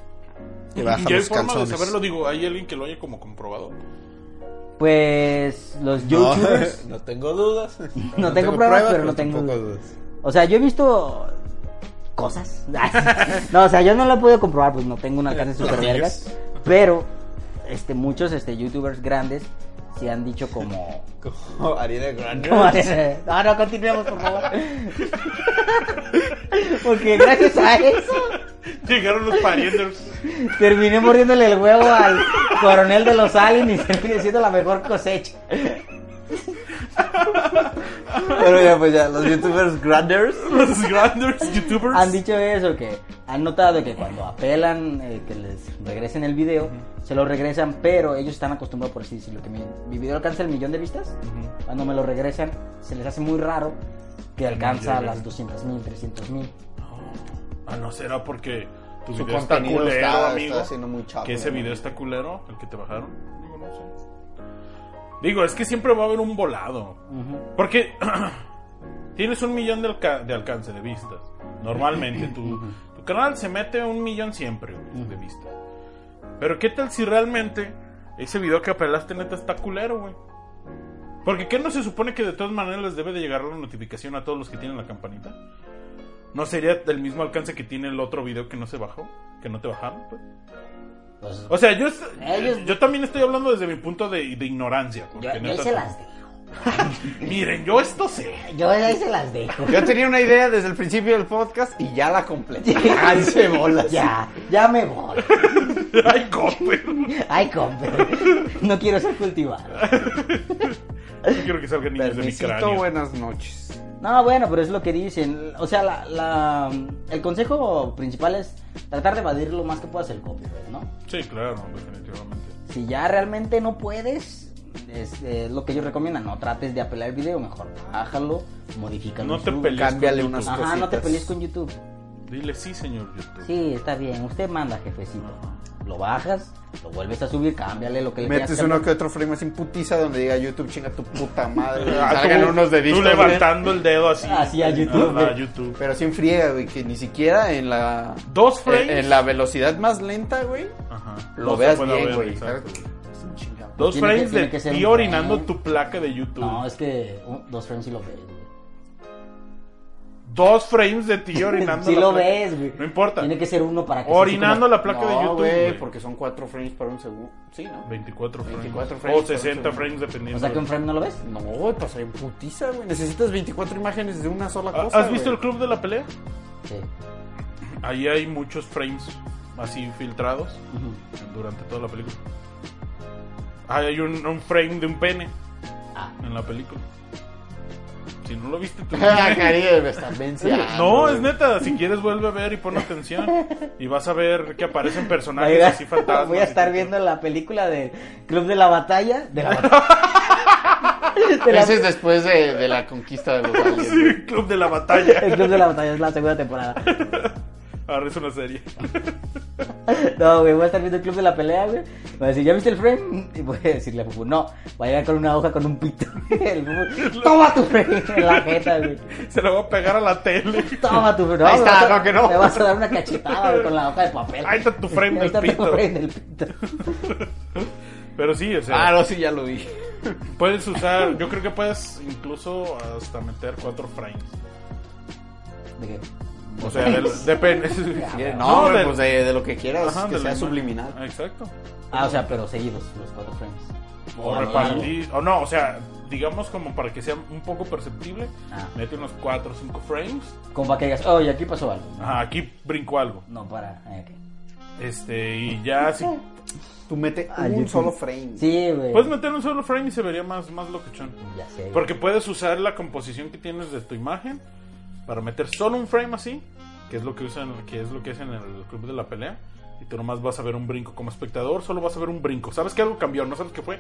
Te baja
¿Y hay
los
forma de
calzones.
saberlo? Digo, ¿hay alguien que lo haya como comprobado?
Pues los
No,
youtubers,
no tengo dudas. No,
tengo pruebas, pero no tengo
tampoco
dudas. o sea, yo he visto cosas. no, o sea, yo no lo he podido comprobar, pues no tengo un alcance super vergas, pero este muchos este youtubers grandes se han dicho como
Como Ariana Grande.
¿Cómo es? No, no, continuemos, por favor. Porque gracias a eso
Llegaron los parientes.
terminé mordiéndole el huevo al coronel de los aliens y terminé siendo la mejor cosecha.
Pero ya, pues ya, los youtubers granders.
Los grandes youtubers.
Han dicho eso, que han notado que cuando apelan eh, que les regresen el video, se lo regresan, pero ellos están acostumbrados, por así decirlo, que mi, mi video alcanza el millón de vistas, cuando me lo regresan, se les hace muy raro que alcanza las 200 mil, 300 mil.
Ah, no será porque tu
Su
video está
contenido
culero,
está-
amigo.
está siendo muy chapo,
que ese
¿no?
video está culero, el que te bajaron. Digo, no sé. Digo, es que siempre va a haber un volado. Porque tienes un millón de, alca- de alcance de vistas. Normalmente tu, tu canal se mete un millón siempre güey, de vistas. Pero qué tal si realmente ese video que apelaste neta está culero, güey. Porque ¿qué no se supone que de todas maneras les debe de llegar la notificación a todos los que tienen la campanita? ¿No sería del mismo alcance que tiene el otro video que no se bajó? ¿Que no te bajaron? pues?
Pues,
O sea, yo, es-
Ellos-
yo también estoy hablando desde mi punto de, de ignorancia. porque
yo, yo ahí
neta-
se las dejo.
Miren, yo esto sé.
Yo ahí se las dejo.
Yo tenía una idea desde el principio del podcast y ya la completé. Ay, se bolas.
Ya, ya me voy.
Ay, Copper. No
Ay, compa. No quiero ser cultivado.
quiero que salgan niños de mi
Permisito,
cráneo.
buenas noches.
No, bueno, pero es lo que dicen. O sea, la, la- el consejo principal es tratar de evadir lo más que puedas el copyright, ¿no?
Sí, claro, definitivamente.
Si ya realmente no puedes, es, es lo que ellos recomiendan. No trates de apelar el video, mejor bájalo, modifícalo.
No te
sube.
pelees con
Cámbiale
YouTube.
unas
Ajá,
cositas.
no te pelees con YouTube.
Dile sí, señor YouTube.
Sí, está bien. Usted manda, jefecito. Lo bajas, lo vuelves a subir, cámbiale lo que le
Metes
quieras
uno
cambiar.
que otro frame así en putiza donde diga YouTube, chinga tu puta madre. Y
Ah,
salgan unos deditos.
Tú
güey.
levantando el dedo así.
Así ¿eh? a YouTube, eh.
Ah, a
güey.
YouTube.
Pero así en friega, güey, que ni siquiera en la. eh,
Dos frames.
En, en la velocidad más lenta, güey.
Ajá.
Lo
No se
veas
puede
bien,
ver,
güey.
exacto.
¿sabes? Es un chingado.
Dos
Tiene que-
frames
tiene
de
que ser
ti
un
orinando
frame.
tu placa de YouTube.
No, es que uh, dos frames sí lo ves, güey.
Dos frames de ti orinando.
Si
la
lo
placa.
ves, güey.
No importa.
Tiene que ser uno para que
Orinando
sea
la
así
placa de
No,
YouTube.
güey,
güey.
porque son 4 frames para un segundo. Sí, ¿no?
24 frames.
24 frames
o 60
por
frames
como-
dependiendo.
O sea, que un frame no lo ves.
No, güey, pues hay putiza, güey. Necesitas 24 imágenes de una sola
Ah,
cosa.
¿Has visto
güey.
el club de la pelea?
Sí.
Ahí hay muchos frames así filtrados durante toda la película. Ah, hay un, un frame de un pene
Ah.
en la película. Si no lo viste tú.
Ah, Caribe, me estás venciendo.
No, es neta, si quieres vuelve a ver y pon atención y vas a ver que aparecen
Va a
personajes
llegar-
así fantasmas.
Voy a estar
y-
viendo la película del Club de la Batalla. De la batalla. De la-
Ese es después de, de la conquista de los aliens.
Sí,
güey.
Club de la Batalla.
El Club de la Batalla es la segunda temporada.
Ahora es una serie.
No, güey, voy a estar viendo el Club de la Pelea, güey. Voy a decir, ¿ya viste el frame? Y voy a decirle a Fufu, no. Voy a llegar con una hoja con un pito. El Fufu, toma tu frame en la jeta, güey.
Se la voy a pegar a la tele.
Toma tu frame.
Ahí está,
me vas a-
no, que no.
Me vas a dar una cachetada, güey, con la hoja de papel.
Ahí está tu frame
Ahí
del
está tu
pito.
frame del pito.
Pero sí, o sea,
Ah, no, sí, ya lo dije.
puedes usar, yo creo que puedes incluso hasta meter cuatro frames.
¿De qué?
O sea, del- depende.
No, güey,
del-
pues de, de lo que quieras,
ajá,
que
del-
sea subliminal.
Exacto.
Ah, o sea, pero seguidos, los cuatro frames.
O
Ah,
repartir, o no, o sea, digamos como para que sea un poco perceptible,
Ah.
mete unos 4 o 5 frames.
Como para que digas, oye, aquí pasó algo.
Ajá, aquí brincó algo.
No, para. eh, ok.
Este, y ya si
Tú mete
Ah,
un
YouTube.
solo frame.
Sí, güey.
puedes meter un solo frame y se vería más más locochón.
Ya sé. güey.
Porque puedes usar la composición que tienes de tu imagen para meter solo un frame así, que es lo que usan, que es lo que hacen en el club de la pelea. Y tú nomás vas a ver un brinco como espectador, solo vas a ver un brinco. Sabes que algo cambió, no sabes qué fue,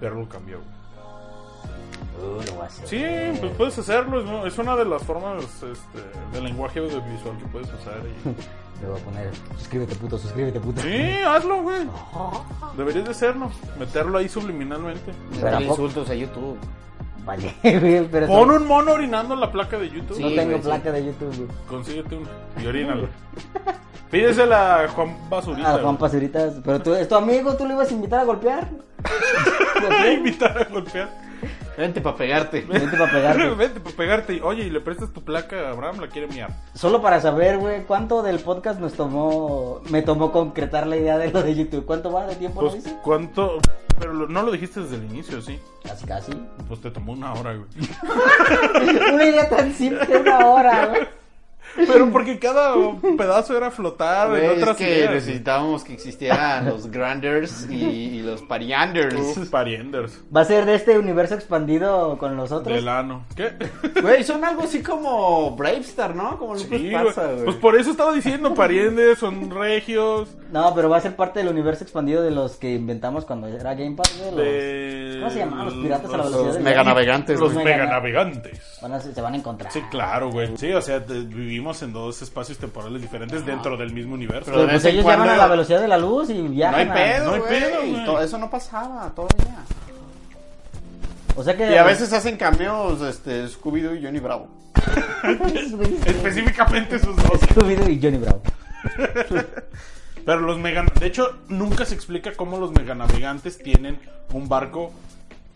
pero algo cambió.
Uh, lo voy a hacer.
Sí, pues puedes hacerlo, es, es una de las formas este, de lenguaje audiovisual que puedes usar. y-
Le voy a poner, suscríbete puto, suscríbete puto.
Sí, hazlo, güey. Deberías de hacerlo. Meterlo ahí subliminalmente.
Pero
Pero
¿a poco?
insultos a YouTube.
Vale, güey, pero
Pon
no
un mono orinando en la placa de YouTube.
Sí.
tengo
güey,
placa de YouTube. güey.
Consíguete uno y orínalo. Pídesela a Juan Basurita.
Ah, Juan
güey.
Pasuritas, pero tú, es tu amigo, tú lo ibas a invitar a golpear.
Invitar a golpear.
Vente para pegarte.
Vente para pegarte.
Vente para pegarte. Oye, y le prestas tu placa a Abraham, la quiere miar.
Solo para saber, güey, cuánto del podcast nos tomó, me tomó concretar la idea de lo de YouTube. ¿Cuánto va de tiempo lo
Pues,
hice?
¿cuánto? Pero lo- no lo dijiste desde el inicio, ¿sí?
Casi, casi.
Pues te tomó una hora, güey.
Una idea tan simple, una hora, güey.
Pero porque cada pedazo era flotar
Güey,
en
es
otras
que
ideas.
necesitábamos que existieran los Granders y, y los Parianders.
Uf, parienders.
Va a ser de este universo expandido con los otros.
Del ano. ¿Qué?
Güey, son algo así como Bravestar, ¿no? Como Lupus
Sí,
Pasa,
güey.
güey.
Pues por eso estaba diciendo, parienders, son regios.
No, pero va a ser parte del universo expandido de los que inventamos cuando era Game Pass, güey. los-
De...
¿Cómo se llamaban los piratas a
los-
la velocidad
los
del-
meganavegantes,
Los
güey.
meganavegantes.
Van a- se van a encontrar. Pues,
Sí, claro, güey. Sí, o sea, te- vivimos en dos espacios temporales diferentes dentro del mismo universo.
Pero de
Pues
vez en
ellos
cuando-
llevan a la velocidad de la luz y
No hay
viajan. a-
pedo,
no hay
güey.
pedo, güey.
To- Eso no pasaba todavía.
O sea que.
Y a veces hacen cameos este, Scooby-Doo y Johnny Bravo.
Específicamente esos dos.
Scooby-Doo y Johnny Bravo.
Pero los megan... De hecho, nunca se explica cómo los meganavegantes tienen un barco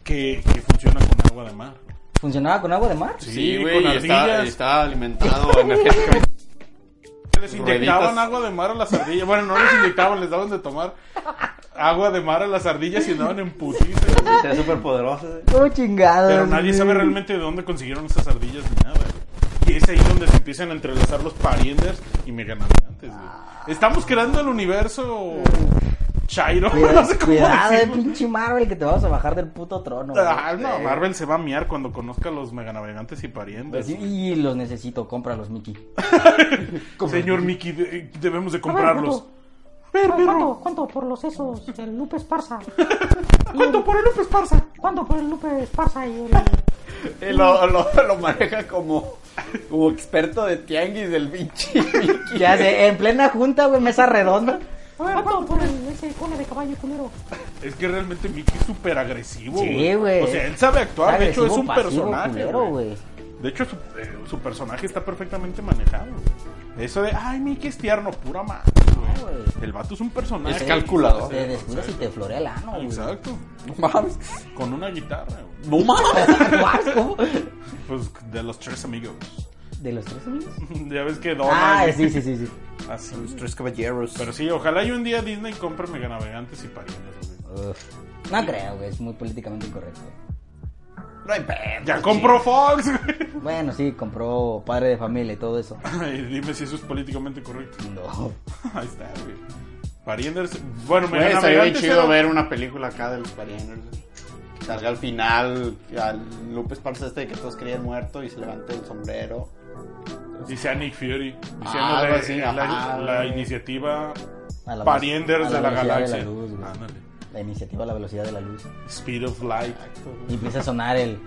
que, que funciona con agua de mar.
¿Funcionaba con agua de mar?
y
con
Está,
ardillas.
está alimentado energéticamente.
Les inyectaban
Rueditas.
agua de mar a las ardillas. Bueno, no les inyectaban, les daban de tomar agua de mar a las ardillas y andaban en putiza, güey.
Está súper poderoso.
Oh, chingado.
Pero nadie sabe realmente de dónde consiguieron esas ardillas ni nada, güey. Y es ahí donde se empiezan a entrelazar los parienders y meganavegantes, güey. Estamos creando el universo Chairo, no sé cómo
Cuidado, eh,
decirlo.
pinche Marvel, que te vamos a bajar del puto trono. güey.
Ah, no, Marvel se va a miar cuando conozca a los meganavegantes y parientes.
Pues Sí, y los necesito, cómpralos, Mickey.
Señor Mickey, de- eh, debemos de comprarlos.
Pero, ¿Cuánto, ¿Cuánto por los esos del Lupe Esparza?
¿Cuánto por el López Parza?
¿Cuánto por el Lupe Esparza y el...
Y lo, lo, lo maneja como, como experto de tianguis del pinche.
Ya sé, en plena junta, güey, mesa redonda.
A ver, ¿cuánto por el ese cola de caballo culero?
Es que realmente Mickey es súper agresivo.
Sí, güey.
O sea, él sabe actuar. de hecho, es
Agresivo,
un
pasivo,
personaje.
culero,
güey.
güey.
De hecho, su, eh, su personaje está perfectamente manejado. güey. Eso de, ay, Mickey es tierno, pura madre. güey.
No, güey.
El vato es un personaje.
Es calculador.
Te descuidas y te florea el ano, güey.
Exacto.
No mames.
Con una guitarra. güey.
No mames.
Guasco.
Pues de los tres amigos.
¿De los tres amigos?
ya ves que Donald.
Ah, sí, sí, sí, sí.
Así.
Los tres caballeros.
Pero sí, ojalá y un día Disney compre meganavegantes y parientes. güey.
Uf. No creo, güey, es muy políticamente incorrecto.
No hay pedo.
Ya compró Fox. güey.
Bueno, sí, compró padre de familia y todo eso.
Ay, dime si eso es políticamente correcto.
No.
Ahí está, güey. Parienders. Bueno,
Güey,
me
estaría bien chido ver una película acá de los Parienders. Que Salga al final, al Lupe Esparza este que todos creían muerto y se levanta el sombrero.
Dice a Nick Fury. Diciendo
Ah, algo
de-
así,
la,
ajá,
la
güey.
iniciativa
A la
Parienders
velocidad-
de
a
la,
velocidad
galaxia. Ah,
De la, luz, güey.
Ándale.
la iniciativa a la velocidad de la luz.
Speed of light.
Y empieza a sonar el.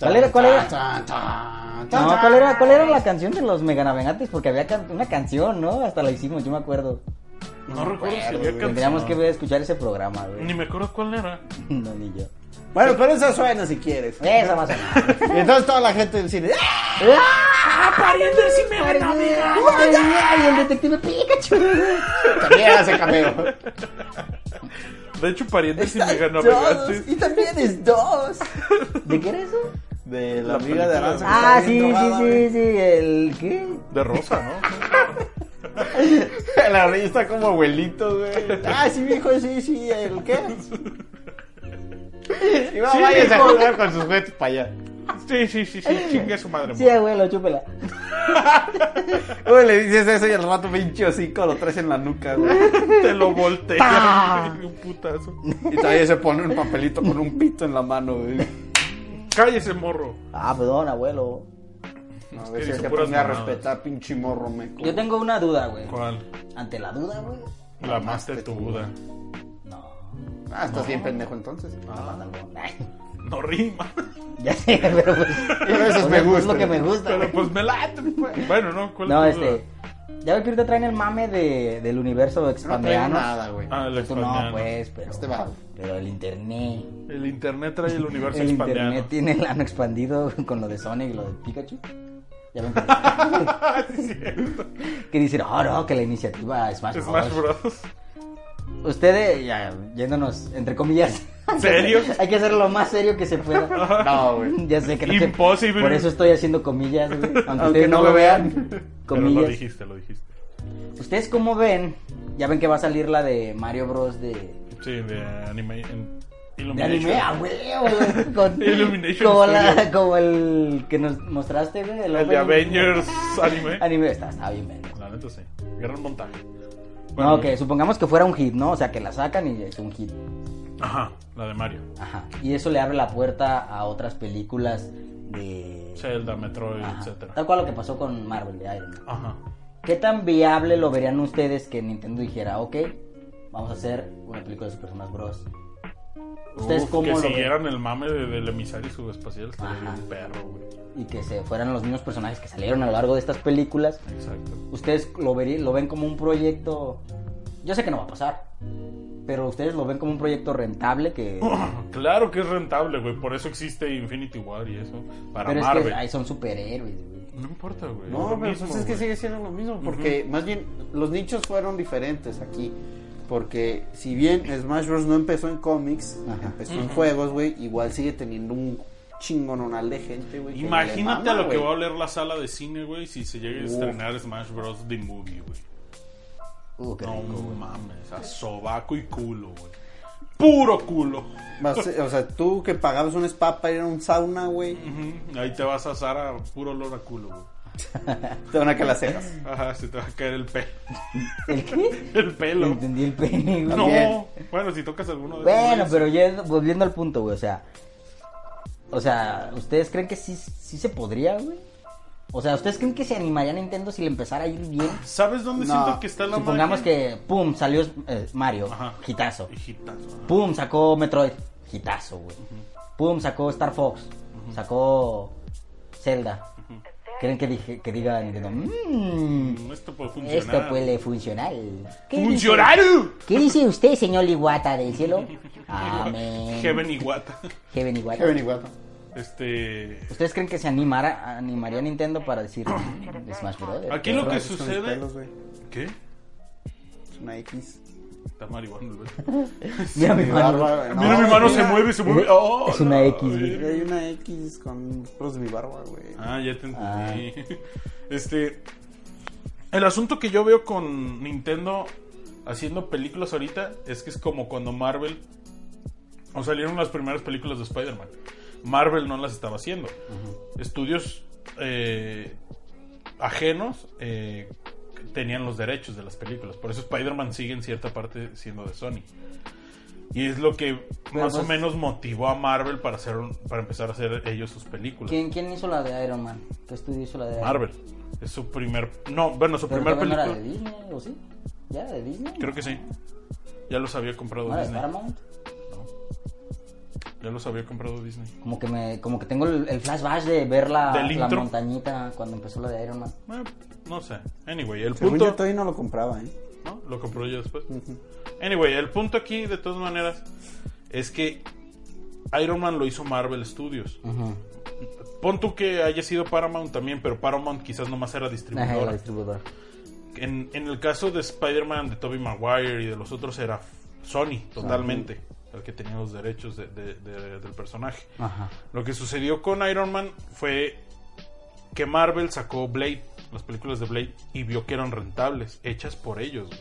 ¿Cuál era? ¿Cuál era?
Tan, tan, tan,
No,
tan.
¿cuál era, cuál era la canción de los meganavegantes? Porque había can- una canción, ¿no? Hasta la hicimos, yo me acuerdo.
No, recuerdo si
acuerdo,
había
güey.
canción.
Tendríamos que ver- escuchar ese programa, güey.
Ni me acuerdo cuál era.
No, ni yo.
Bueno, pero esa suena si quieres.
Esa más o menos.
Y entonces toda la gente del cine. ¡ah!
Y el detective Pikachu.
También hace cameo.
De hecho, parientes y
Dos,
meganavegantes.
Y también es dos. ¿De qué era eso?
De Eh,
La
la, vida
película.
de Aranza. que
Ah,
está
sí,
bien
sí,
drogada,
sí, sí. El qué?
De rosa, ¿no?
güey. La revista como abuelito, güey. Ah, sí, viejo, sí, sí. ¿El qué? Y va,
Sí,
váyase a
mijo.
jugar con sus juguetes para allá.
Sí, sí, sí, sí. Chingue su madre.
Sí, abuelo, chúpela.
Uy, le dices eso y al rato pinche hocico lo traes en la nuca, güey.
Te lo voltea. güey, Un putazo.
Y todavía se pone un papelito con un pito en la mano, güey.
Cállese, morro.
Ah, perdón, abuelo.
A
que
ver si
dice
se
puras
pone a
mamadas.
respetar, pinche morro, meco.
Yo tengo una duda, güey.
¿Cuál?
Ante la duda, güey.
La más tetuda.
No.
Ah, estás bien pendejo entonces.
no, no. Ay,
No rima.
Ya sé, pero pues.
Pero eso
o
me
sea, pues,
gusta.
Es lo que me gusta.
Pero
güey.
pues me late, pues. Bueno, ¿no? ¿Cuál
No,
es tu
este.
duda?
Ya ve que ahorita traen el mame de, del universo
No traigo
expandiano.
nada, güey.
Ah, el
Tú no,
expandiano.
pues, pero,
Este va.
pero el internet.
El internet trae el universo
el
expandiano.
internet tiene el ano expandido con lo de Sonic y lo de Pikachu. Ya ven que- que dicen, oh no, que la iniciativa Smash Bros.
Smash Bros.
Ustedes, eh, ya, yéndonos, entre comillas.
¿Serio?
Hay que hacerlo lo más serio que se pueda.
No, güey.
ya sé que no sé-
Impossible.
Por eso estoy haciendo comillas, güey. Aunque, ustedes
no
no
lo
lo vean.
Pero lo
Comillas.
dijiste, lo dijiste.
¿Ustedes cómo ven? Ya ven que va a salir la de Mario Bros. de.
Sí, de anime. en-
De
Illumination.
anime, ah, a huevo, güey, con-
Illumination
como, la-
Studios.
como el que nos mostraste, güey.
El de
opening.
Avengers anime.
Anime, está, está bien, verga.
La neta sí. Gran montaje.
No, que supongamos que fuera un hit, ¿no? O sea, que la sacan y es un hit.
Ajá, la de Mario.
Ajá. Y eso le abre la puerta a otras películas de.
Zelda, Metroid,
Ajá.
etcétera.
Tal cual lo que pasó con Marvel de Iron Man.
Ajá.
¿Qué tan viable lo verían ustedes que Nintendo dijera, ok, vamos a hacer una película de Super Smash Bros? ¿Ustedes
Uf,
cómo
que
lo ven?
siguieran el mame de- del emisario subespacial estaría
Ajá.
bien perro, güey.
Y que se fueran los mismos personajes que salieron a lo largo de estas películas.
Exacto.
¿Ustedes lo, verí- lo ven como un proyecto? Yo sé que no va a pasar. Pero ustedes lo ven como un proyecto rentable que...
Claro que es rentable, güey. Por eso existe Infinity War y eso. Para
pero es
Marvel.
que ahí son superhéroes, güey.
No importa, güey. es
No,
lo
pero
mismo,
pues es que
güey.
sigue siendo lo mismo, porque más bien los nichos fueron diferentes aquí. Porque si bien Smash Bros. no empezó en cómics,
Ajá.
empezó en juegos, güey, igual sigue teniendo un chingononal de gente, güey. que le
Imagínate
mama,
lo que
güey.
va a oler la sala de cine, güey, si se llega a estrenar Smash Bros. The Movie, güey.
Uh, qué
No
rico, güey.
mames, a sobaco y culo, güey. Puro culo.
Va a ser- o sea, tú que pagabas un spa para ir a un sauna, güey,
Ujú, Ahí te vas a asar a puro olor a culo, güey.
te van a que las cejas.
Ajá, se te va a caer el pelo.
¿El qué?
El pelo.
Entendí el pene, güey.
No,
Bien.
bueno, si tocas alguno de
Bueno,
esos,
pero ya volviendo al punto, güey, o sea... O sea, ¿ustedes creen que sí, sí se podría, güey? O sea, ¿ustedes creen que se animaría Nintendo si le empezara a ir bien?
¿Sabes dónde
No,
siento que está la
Supongamos
magia?
que, pum, salió eh, Mario,
Ajá.
hitazo.
Hijitas, ajá.
Pum, sacó Metroid. Hitazo, güey. Pum, sacó Star Fox. Sacó Zelda. ¿Creen que, dije- que diga Nintendo? "Mm,
Mm, Esto puede funcionar.
esto puede funcionar. ¿Qué dice-
¡Funcionar!
¿Qué dice usted, señor Iguata del cielo? Amén.
Heaven y Wata.
Heaven Iguata.
Kevin Iguata.
Este.
¿Ustedes creen que se animara, animaría a Nintendo para decir Smash Bros?
Aquí lo que
Con mis
sucede.
pelos, güey.
¿Qué?
Es una X.
Está marihuana, güey.
Mira mi
Mi
mano.
barba, no,
Mira, mi mano se
mira.
mueve, se mueve.
Es-
Oh,
es una
no,
X, güey.
Hay una X con los de mi barba, güey.
Ah, ya te entendí. Este. El asunto que yo veo con Nintendo haciendo películas ahorita es que es como cuando Marvel. O salieron las primeras películas de Spider-Man. Marvel no las estaba haciendo. Estudios eh, ajenos eh, tenían los derechos de las películas. Por eso Spider-Man sigue en cierta parte siendo de Sony. Y es lo que más o
pues-
menos motivó a Marvel para, hacer, un- para empezar a hacer ellos sus películas.
¿Quién, quién hizo la de Iron Man? ¿Qué estudio hizo la de Iron Man?
Marvel. Es su primer. No, bueno, su
Pero
primer
todavía
película.
no era de Disney, ¿o sí? ¿Ya era de Disney?
Creo que sí. Ya los había comprado
¿No era de
Disney.
Paramount?
Ya los había comprado Disney.
Como que, me, como que tengo el, el flashback de ver la,
Del
la
intro.
montañita cuando empezó la de Iron Man.
Eh, no sé. Anyway, el
Según yo
punto.
todavía no lo compraba, ¿eh?
¿no? Lo compró yo después. Anyway, el punto aquí, de todas maneras, es que Iron Man lo hizo Marvel Studios. Pon tú que haya sido Paramount también, pero Paramount quizás nomás era
Ajá, la
distribuidora.
distribuidora.
En, en el caso de Spider-Man, de Tobey Maguire y de los otros era Sony, totalmente, el que tenía los derechos de- de- de- del personaje.
Ajá.
Lo que sucedió con Iron Man fue que Marvel sacó Blade, las películas de Blade, y vio que eran rentables, hechas por ellos. güey.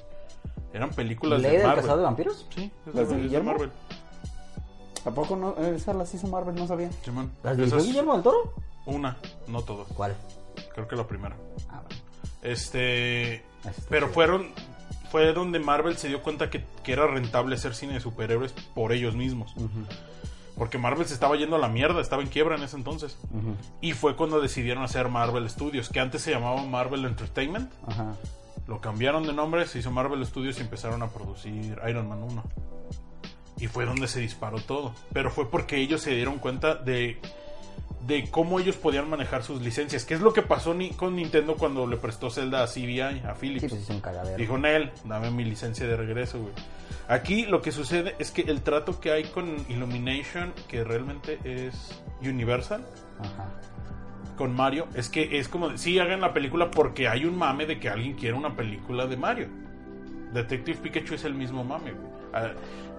Eran películas
¿Ley
de
del
Marvel.
cazado de vampiros?
Sí, es
¿Las de
es
Guillermo?
Marvel.
Tampoco no,
Eh,
esas las hizo Marvel, no sabía.
Simón.
¿Las dirigió
Esa es
Guillermo del Toro?
Una, no todas.
¿Cuál?
Creo que la primera.
Ah, bueno.
Este.
Este,
Pero
sí.
fueron. Fue donde Marvel se dio cuenta que, que era rentable hacer cine de superhéroes por ellos mismos. Porque Marvel se estaba yendo a la mierda, estaba en quiebra en ese entonces. Y fue cuando decidieron hacer Marvel Studios, que antes se llamaba Marvel Entertainment.
Ajá.
Lo cambiaron de nombre, se hizo Marvel Studios y empezaron a producir Iron Man 1. Y fue donde se disparó todo. Pero fue porque ellos se dieron cuenta de, de cómo ellos podían manejar sus licencias. Que es lo que pasó ni- con Nintendo cuando le prestó Zelda a CBI, a Philips.
Sí, pues es un cagadero.
Dijo Nel, dame mi licencia de regreso, güey. Aquí lo que sucede es que el trato que hay con Illumination, que realmente es Universal,
Ajá.
con Mario, es que es como, de, sí, hagan la película porque hay un mame de que alguien quiere una película de Mario. Detective Pikachu es el mismo mame, güey. Ah,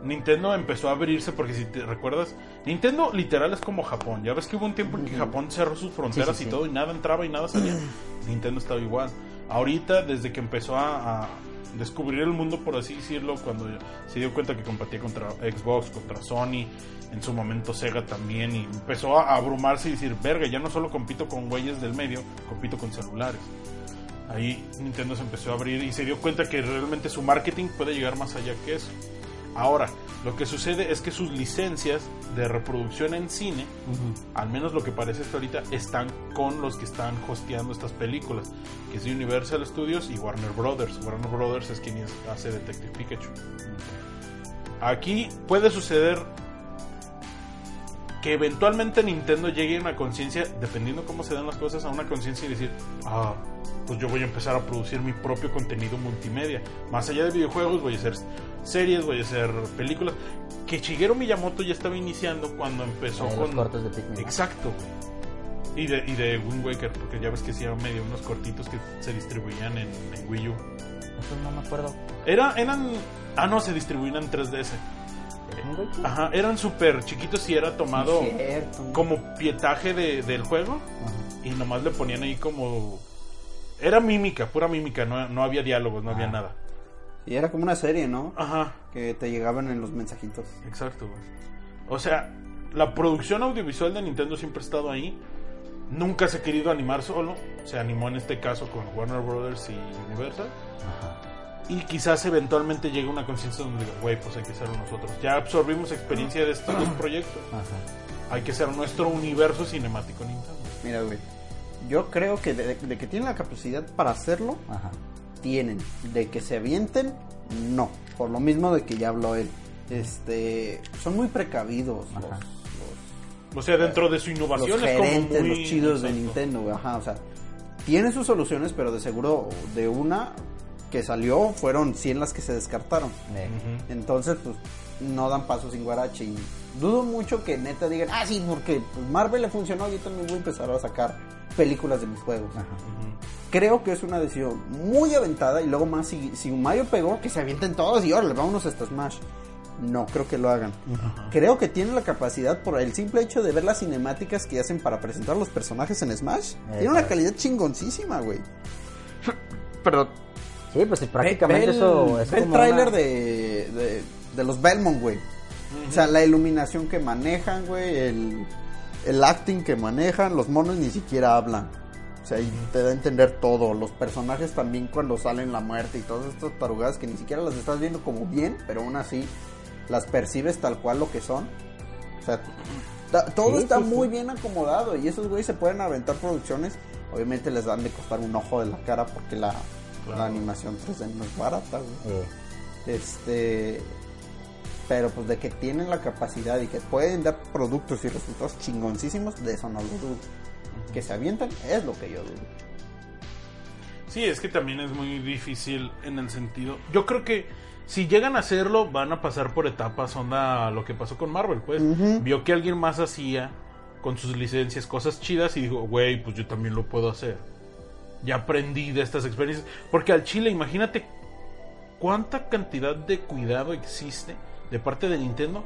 Nintendo empezó a abrirse porque si te recuerdas, Nintendo literal es como Japón. Ya ves que hubo un tiempo en que Japón cerró sus fronteras
sí,
y
sí.
todo y nada entraba y nada salía. Nintendo estaba igual. Ahorita, desde que empezó a, a descubrir el mundo, por así decirlo, cuando se dio cuenta que competía contra Xbox, contra Sony, en su momento Sega también, y empezó a abrumarse y decir, verga, ya no solo compito con güeyes del medio, compito con celulares. Ahí Nintendo se empezó a abrir y se dio cuenta que realmente su marketing puede llegar más allá que eso. Ahora, lo que sucede es que sus licencias de reproducción en cine, al menos lo que parece hasta ahorita, están con los que están hosteando estas películas, que es Universal Studios y Warner Brothers. Warner Brothers es quien es- hace Detective Pikachu. Aquí puede suceder que eventualmente Nintendo llegue a una conciencia, dependiendo cómo se dan las cosas, a una conciencia y decir, ah, pues yo voy a empezar a producir mi propio contenido multimedia. Más allá de videojuegos, voy a hacer series, voy a hacer películas. Que Shigeru Miyamoto ya estaba iniciando cuando empezó
La de los
con...
cortos de Pikmin. ¿no?
Exacto. Y de, y de Wind Waker, porque ya ves que hacían medio unos cortitos que se distribuían en, en Wii U.
Eso Ah, pues no me acuerdo.
Era, eran... Ah, no, se distribuían en 3DS.
¿Un güey?
Ajá, eran súper chiquitos y era tomado como pietaje de- del juego
Ajá.
y nomás le ponían ahí como... Era mímica, pura mímica, no, no había diálogos, no había
Ah.
nada.
Y era como una serie, ¿no?
Ajá,
Que te llegaban en los mensajitos.
exacto, güey. O sea, la producción audiovisual de Nintendo siempre ha estado ahí. Nunca se ha querido animar solo. Se animó en este caso con Warner Brothers y Universal.
Ajá.
Y quizás eventualmente llegue una conciencia donde diga, güey, pues hay que hacerlo nosotros. Ya absorbimos experiencia de estos dos proyectos.
Ajá.
Hay que ser nuestro universo cinemático Nintendo.
Mira, güey. Yo creo que de, de que tienen la capacidad para hacerlo,
Ajá.
tienen. De que se avienten, no. Por lo mismo de que ya habló él. Este, son muy precavidos los,
Ajá.
los-
O sea, dentro de su
los,
innovación es como
gerentes,
muy-
los chidos de
Exacto.
Nintendo, güey. Ajá, o sea, tienen sus soluciones, pero de seguro de una que salió fueron 100 las que se descartaron.
Eh,
Ujú.
Entonces, pues, no dan paso sin guarache. Y dudo mucho que neta digan, ah, sí, porque pues, Marvel le funcionó, yo también voy a empezar a sacar películas de mis juegos.
Ajá.
Creo que es una decisión muy aventada y luego más, si, si Mario pegó, que se avienten todos y órale, vámonos hasta Smash. No, creo que lo hagan. Creo que tienen la capacidad por el simple hecho de ver las cinemáticas que hacen para presentar los personajes en Smash. Tiene una
claro.
calidad chingoncísima, güey.
Sí, pues es prácticamente
Ve el-
eso es
ve el
como
tráiler
una-
de, de, de los Belmont, güey. O sea, la iluminación que manejan, güey, el, el acting que manejan, los monos ni siquiera hablan. O sea, y te da a entender todo. Los personajes también cuando salen la muerte y todas estas tarugadas que ni siquiera las estás viendo como bien, pero aún así las percibes tal cual lo que son. O sea, ta- todo
Sí,
está
sí, sí.
muy bien acomodado y esos güeyes se pueden aventar producciones. Obviamente les dan de costar un ojo de la cara porque la, la animación 3D no es barata, güey.
Eh,
Este. Pero pues de que tienen la capacidad y que pueden dar productos y resultados chingoncísimos, de eso no lo dudo. Que se avientan es lo que yo dudo.
Sí, es que también es muy difícil en el sentido. Yo creo que si llegan a hacerlo, van a pasar por etapas, onda lo que pasó con Marvel, pues. Vio que alguien más hacía con sus licencias cosas chidas y dijo, güey, pues yo también lo puedo hacer. Ya aprendí de estas experiencias. Porque al Chile, imagínate cuánta cantidad de cuidado existe de parte de Nintendo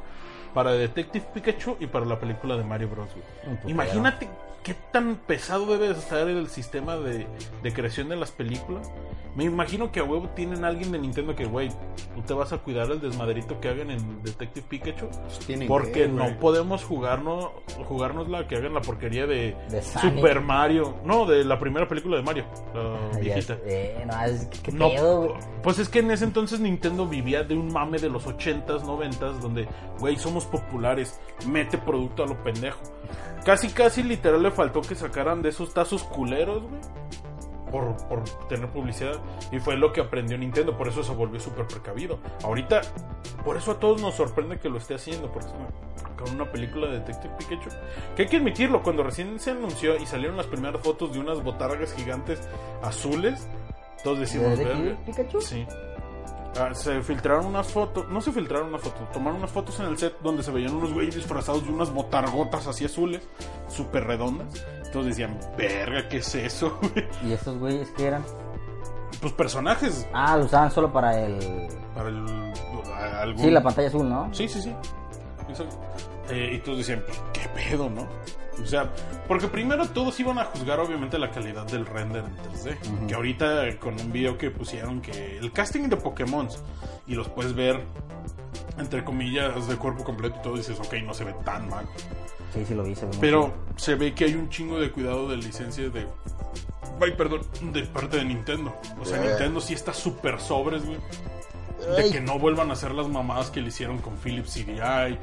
para Detective Pikachu y para la película de Mario Bros. güey.
Un putero.
Imagínate qué tan pesado debe de estar el sistema de, de creación de las películas. Me imagino que a huevo tienen alguien de Nintendo que, güey, tú te vas a cuidar el desmadrito que hagan en Detective Pikachu.
Pues
Porque no podemos jugarnos, jugarnos la que hagan la porquería de,
De Sonic.
Super Mario. No, de la primera película de Mario, la
ya-
viejita.
eh, no, es que qué
No,
pedo, güey.
pues es que en ese entonces Nintendo vivía de un mame de los 80s, 90s, donde, güey, somos populares, mete producto a lo pendejo. Casi, casi literal le faltó que sacaran de esos tazos culeros, güey, por, por tener publicidad. Y fue lo que aprendió Nintendo, por eso se volvió súper precavido. Ahorita, por eso a todos nos sorprende que lo esté haciendo, porque es como, sacar una película de Detective Pikachu. Que hay que admitirlo, cuando recién se anunció y salieron las primeras fotos de unas botargas gigantes azules, todos decimos,
¿De Detective
"Verga".
Pikachu?
Sí. Ah, se filtraron unas fotos, no se filtraron unas fotos, tomaron unas fotos en el set donde se veían unos güeyes disfrazados de unas botargotas así azules, súper redondas. Entonces decían, verga, ¿qué es eso? güey?"
¿Y estos güeyes qué eran?
pues personajes
Ah, lo usaban solo para el.
para el, a- algún-
Mm.
Sí, la pantalla azul, ¿no?
Sí, sí, sí. Exacto. Eh, y todos decían, pues, ¿qué pedo, no? O sea, porque primero todos iban a juzgar obviamente la calidad del render en 3D. Que ahorita eh, con un video que pusieron que el casting de Pokémon y los puedes ver entre comillas de cuerpo completo y todo dices, ok, no se ve tan mal.
Sí, sí, lo vi. se ve muy
Pero
bien.
se ve que hay un chingo de cuidado de licencias de... Ay, perdón, de parte de Nintendo. O sea, Nintendo sí está súper sobres, güey. De que no vuelvan a hacer las mamadas que le hicieron con Philips CDI,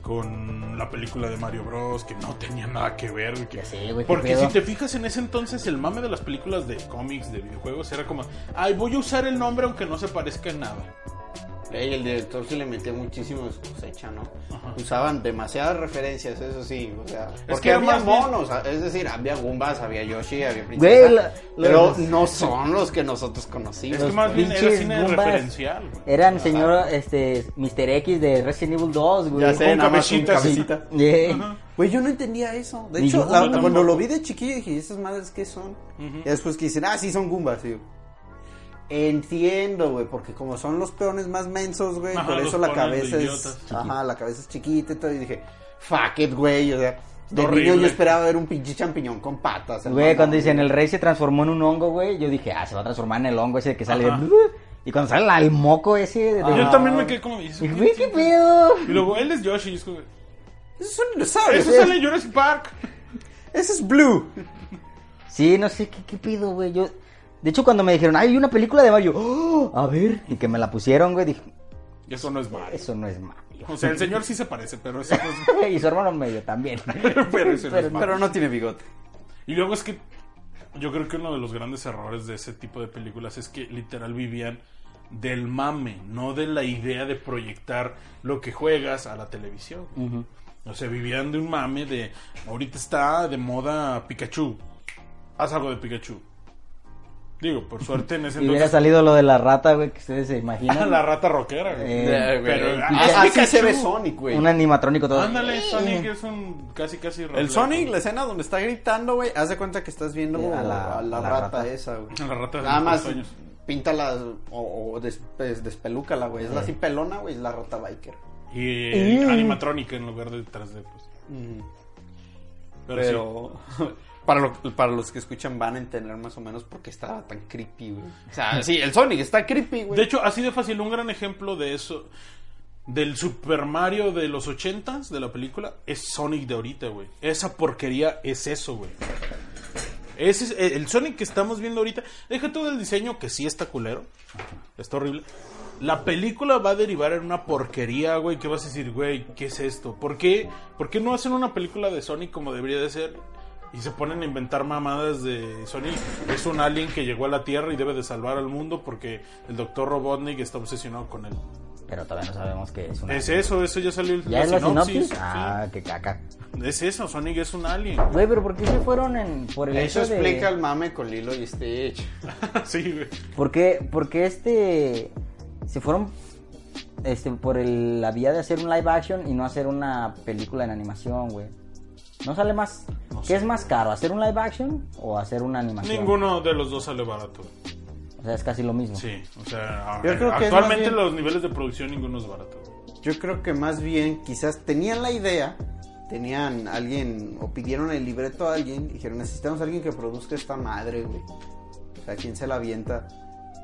con la película de Mario Bros, que no tenía nada que ver. güey, que-
Ya sé, güey, qué
Porque si
pedo.
te fijas en ese entonces, el mame de las películas de cómics, de videojuegos, era como, ay, voy a usar el nombre aunque no se parezca en nada.
Ey, el director se le metió muchísimo de su cosecha, ¿no? Usaban demasiadas referencias, eso sí, o sea, porque
que
había
más bien-
monos, a- es decir, había Goombas, había Yoshi, había
Güey,
princesa,
la-
pero
los-
no son los que nosotros conocimos.
Es que más bien era
pinches
cine
Goombas
referencial. güey.
Eran señora, este, Mr. X de Resident Evil 2, güey.
Ya sé,
Con
nada más un
cabecitas.
cabecita.
Yeah.
Güey, yo no entendía eso. De
Ni
hecho,
yo,
la-
yo tampoco.
cuando lo vi de chiquillo dije, ¿esas madres qué son? Y después que dicen, ah, sí, son Goombas. Y yo, Entiendo, güey, porque como son los peones más mensos, güey,
Ajá,
por
los
eso la
ponen de
cabeza es...
idiotas.
Ajá, la cabeza es chiquita y todo. Y dije, fuck it, güey, o sea... De
Horrible.
niño yo esperaba ver un pinche champiñón con patas.
Güey,
hermano.
cuando dicen el rey se transformó en un hongo, güey, yo dije, ah, se va a transformar en el hongo ese que sale.
Ajá. Ah,
de- Y cuando sale la- el moco ese. de-
Yo también me quedé como, "¿Y eso
Dije,
qué
Güey, qué
chingados?"
pedo.
Y luego, él es Yoshi. y es como,
Esos son dinosaurios.
Eso
eh.
sale en Jurassic Park.
Ese es Blue.
Sí, no sé qué, qué pedo, güey. Yo, de hecho, cuando me dijeron, ay, hay una película de Mario, ¡oh! a ver, y que me la pusieron, güey, dije,
Y eso no es malo.
eso no es Mario.
O sea, el señor sí se parece, pero eso no es
y su hermano medio también.
pero ese no es malo.
Pero no tiene bigote.
Y luego es que yo creo que uno de los grandes errores de ese tipo de películas es que literal vivían del mame, no de la idea de proyectar lo que juegas a la televisión. O sea, vivían de un mame de ahorita está de moda Pikachu. Haz algo de Pikachu. Digo, por suerte en ese
y hubiera
entonces
salido lo de la rata, güey, que ustedes se imaginan.
la rata rockera. güey.
Eh,
pero-
Pero,
ah,
así
Pikachu.
se ve Sonic, güey.
un animatrónico todo.
Ándale, Sonic es un casi casi
El
reflejo.
Sonic, la escena donde está gritando, güey, haz de cuenta que estás viendo
Sí,
a la, a la rata, esa, güey.
A la rata de
Nada
los
más
sueños.
píntala o, o des- pues, despelúcala, güey. Es la así pelona, güey, es la rata biker.
y eh, animatrónica en lugar de 3D pues. Pero, sí.
Pero para, lo- para los que escuchan van a entender más o menos por qué estaba tan creepy, güey. O sea, sí, el Sonic está creepy, güey.
De hecho, así de fácil, un gran ejemplo de eso, del Super Mario de los ochentas, de la película, es Sonic de ahorita, güey. Esa porquería es eso, güey. Ese es el- el Sonic que estamos viendo ahorita. Deja todo el diseño que sí está culero. Está horrible. La película va a derivar en una porquería, güey. ¿Qué vas a decir, güey? ¿Qué es esto? ¿Por qué, ¿Por qué no hacen una película de Sonic como debería de ser? Y se ponen a inventar mamadas de Sonic. Es un alien que llegó a la Tierra y debe de salvar al mundo porque el doctor Robotnik está obsesionado con él.
Pero todavía no sabemos qué es una.
Es eso, eso ya salió en
¿Ya es la sinopsis?
sí.
Ah, qué caca.
Es eso, Sonic es un alien.
Güey, pero ¿por qué se fueron en, por el
Eso
hecho de-
explica el mame con Lilo y Stitch.
sí, güey.
¿Por qué, por qué, este se fueron este por el- la vía de hacer un live action y no hacer una película en animación, güey? No sale más. ¿Qué es más caro, hacer un live action o hacer una animación?
Ninguno de los dos sale barato.
O sea, es casi lo mismo.
Sí, o sea,
Yo creo que es más
actualmente
bien-
los niveles de producción ninguno es barato.
Yo creo que más bien, quizás tenían la idea, tenían alguien, o pidieron el libreto a alguien, y dijeron, necesitamos a alguien que produzca esta madre, güey. O sea, ¿quién se la avienta?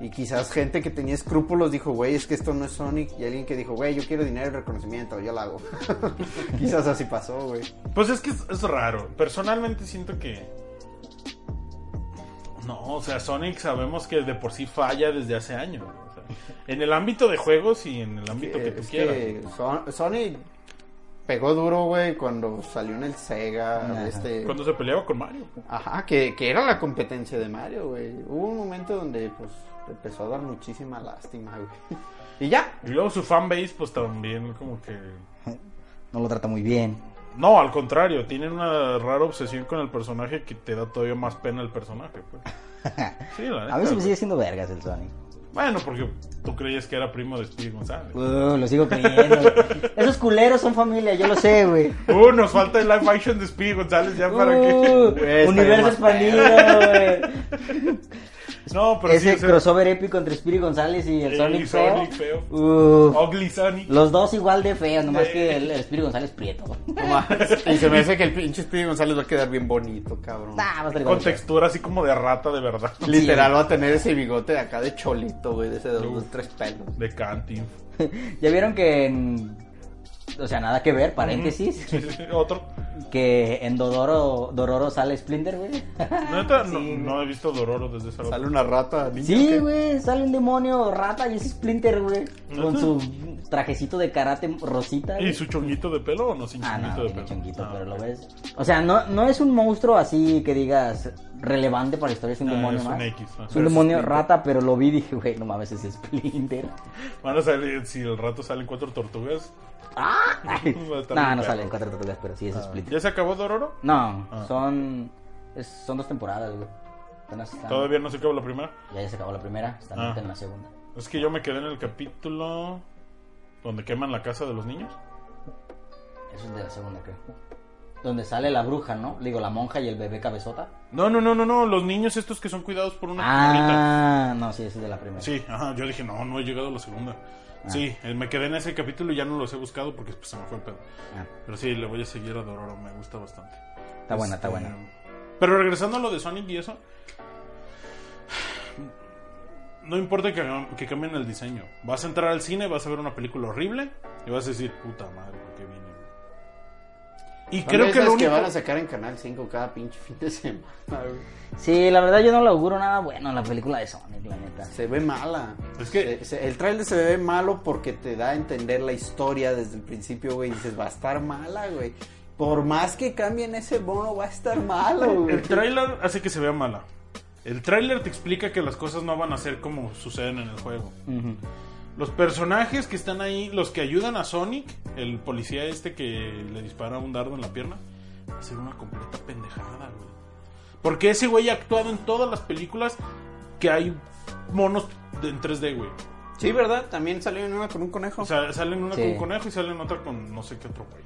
Y quizás gente que tenía escrúpulos dijo, güey, es que esto no es Sonic. Y alguien que dijo, güey, yo quiero dinero y reconocimiento, yo la hago. quizás así pasó, güey.
Pues es que es, es raro. Personalmente siento que. No, o sea, Sonic sabemos que de por sí falla desde hace años. O sea, en el ámbito de juegos y en el ámbito que
Eh,
tú
es
quieras.
que Son- Sonic pegó duro, güey, cuando salió en el Sega.
eh,
Este...
Cuando se peleaba con Mario.
Ajá, que, que era la competencia de Mario, güey. Hubo un momento donde, pues, empezó a dar muchísima lástima, güey. Y ya.
Y luego su fanbase, pues también como que.
no lo trata muy bien.
No, al contrario, tienen una rara obsesión con el personaje que te da todavía más pena el personaje, pues. Sí, la neta,
A mí se me
güey.
sigue siendo vergas el Sonic.
Bueno, porque tú creías que era primo de Speedy González.
Uh, lo sigo creyendo. Esos culeros son familia, yo lo sé, güey.
Uh, nos falta el live action de Speedy González ya para
Uh,
que...
Güey,
universo
está bien
expandido, güey.
No, pero sí,
Ese
o sea,
crossover épico entre Spirit González y el
Y
Sonic,
Sonic
feo.
feo.
Uf.
Ugly Sonic.
los dos igual de feos, nomás
Sí.
que el, el Spirit González prieto. Nah,
No mames. Y se me hace que el pinche Speedy González va a quedar bien bonito, cabrón.
va a estar igual
Con
de feo.
textura así como de rata, de verdad.
Literal va a tener ese bigote de acá de cholito, güey, de ese dos, dos, tres pelos.
De Cantin.
Ya vieron que en... O sea, nada que ver, paréntesis.
Sí, sí, Otro.
Que en Dodoro, Dororo sale Splinter, güey.
Neta,
Ah, Sí,
no,
güey.
no he visto Dororo desde esa
Sale una rata, niña, ¿o
Sí,
qué?
güey, sale un demonio rata y es Splinter, güey. Con
Ajá.
su trajecito de karate rosita.
¿Y
güey.
su chonguito de pelo o no sin
Ah, no,
chonguito de
tiene
pelo?
chonguito,
Ah,
pero lo
ok.
ves. O sea, no, no es un monstruo así que digas relevante para la historia, es un
Ah,
demonio
es un
más.
X, ajá.
Es un
Pero es
demonio
Splinter.
rata, pero lo vi y dije, güey, no mames, es Splinter.
Van a salir, si el rato salen cuatro tortugas.
¡Ah!
Va a estar bien
no, no
perro. Ah.
salen cuatro tortugas, pero sí es Splinter.
¿Ya se acabó Dororo?
No,
Ah.
son, es- son dos temporadas, güey. Apenas están-
Todavía no se acabó la primera.
Ya, ya se acabó la primera, están
Ah.
ahorita en la segunda.
Es que yo me quedé en el capítulo donde queman la casa de los niños.
Eso es de la segunda, creo. Donde sale la bruja, ¿no? Digo, la monja y el bebé cabezota.
No, no, no, no, no. Los niños estos que son cuidados por una señorita.
Ah, no, sí, eso es de la primera.
Sí, ajá, yo dije, no, no he llegado a la segunda.
Ah.
Sí, eh, me quedé en ese capítulo y ya no los he buscado porque pues, se me fue el pedo.
Ah,
Pero sí, le voy a seguir a Dororo, me gusta bastante.
está buena, está
Este,
buena.
Pero regresando a lo de Sonic y eso, no importa que, hagan- que cambien el diseño. Vas a entrar al cine, vas a ver una película horrible y vas a decir, puta madre, ¿por qué vine? Y
Son de
creo que
esas
lo único...
van a sacar en Canal 5 cada pinche fin de semana. güey.
Sí, la verdad yo no le auguro nada bueno a la película de Sonic, la neta.
Se ve mala.
Es que-
Se- se- el trailer se ve malo porque te da a entender la historia desde el principio, güey. y Dices, va a estar mala, güey. Por más que cambien ese bono, va a estar malo, güey.
El tráiler hace que se vea mala. El tráiler te explica que las cosas no van a ser como suceden en el juego.
Ujú.
Los personajes que están ahí, los que ayudan a Sonic, el policía este que le dispara un dardo en la pierna, va a ser una completa pendejada, güey. Porque ese güey ha actuado en todas las películas que hay monos de- en 3D, güey.
Sí, ¿verdad? También salió en una con un conejo.
O sea, salen una
Sí.
con un conejo y salen otra con no sé qué otro güey.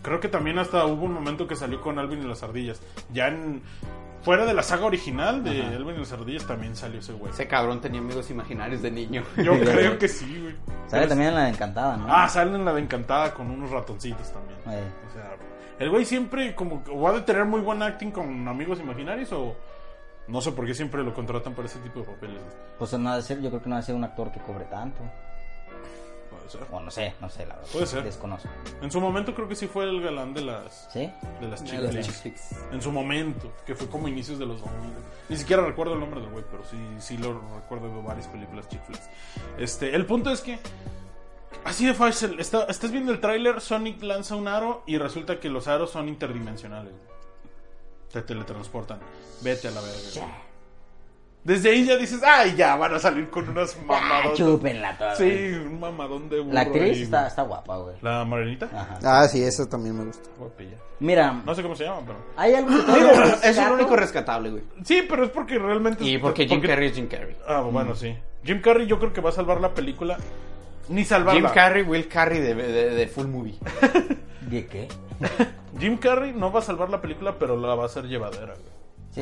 Creo que también hasta hubo un momento que salió con Alvin y las ardillas. Ya en- fuera de la saga original de Alvin y las ardillas también salió ese güey.
ese cabrón tenía amigos imaginarios de niño.
Yo creo que sí, güey.
Sale también en la de Encantada, ¿no?
Ah, salen la de Encantada con unos ratoncitos también.
Eh.
O sea, el güey siempre como que o ha de tener muy buen acting con amigos imaginarios o no sé por qué siempre lo contratan para ese tipo de papeles.
Pues no ha de ser, yo creo que no ha de ser un actor que cobre tanto.
Puede ser.
O no sé, no sé, la verdad.
Puede ser.
Desconozco.
En su momento creo que sí fue el galán de las
¿Sí?
de las
De los
chicas.
chiquis.
En su momento, que fue como inicios de los 2000. Ni siquiera recuerdo el nombre del güey, pero sí, sí lo recuerdo de varias películas chiflas. Este, el punto es que, así de fácil, está- estás viendo el tráiler, Sonic lanza un aro y resulta que los aros son interdimensionales. Te teletransportan. Vete a la verga. güey. Desde ahí ya dices, ay, ya, van a salir con unas
Ah,
mamadotas.
chúpenla toda. güey.
Sí, un mamadón de burro
La actriz
ahí,
está,
güey.
está guapa, güey.
La Marinita.
Ajá.
Ah, sí, eso también me gusta.
Guapilla.
Mira,
No sé cómo se llama, pero...
hay algo que todavía
Eso es
rescato.
lo único rescatable, güey.
Sí, pero es porque realmente...
Y porque Jim Carrey es Jim Carrey.
Ah, bueno, sí. Jim Carrey yo creo que va a salvar la película. Ni salvarla.
Jim Carrey, Will Carrey de, de- de Full Movie.
¿De qué?
Jim Carrey no va a salvar la película, pero la va a hacer llevadera, güey.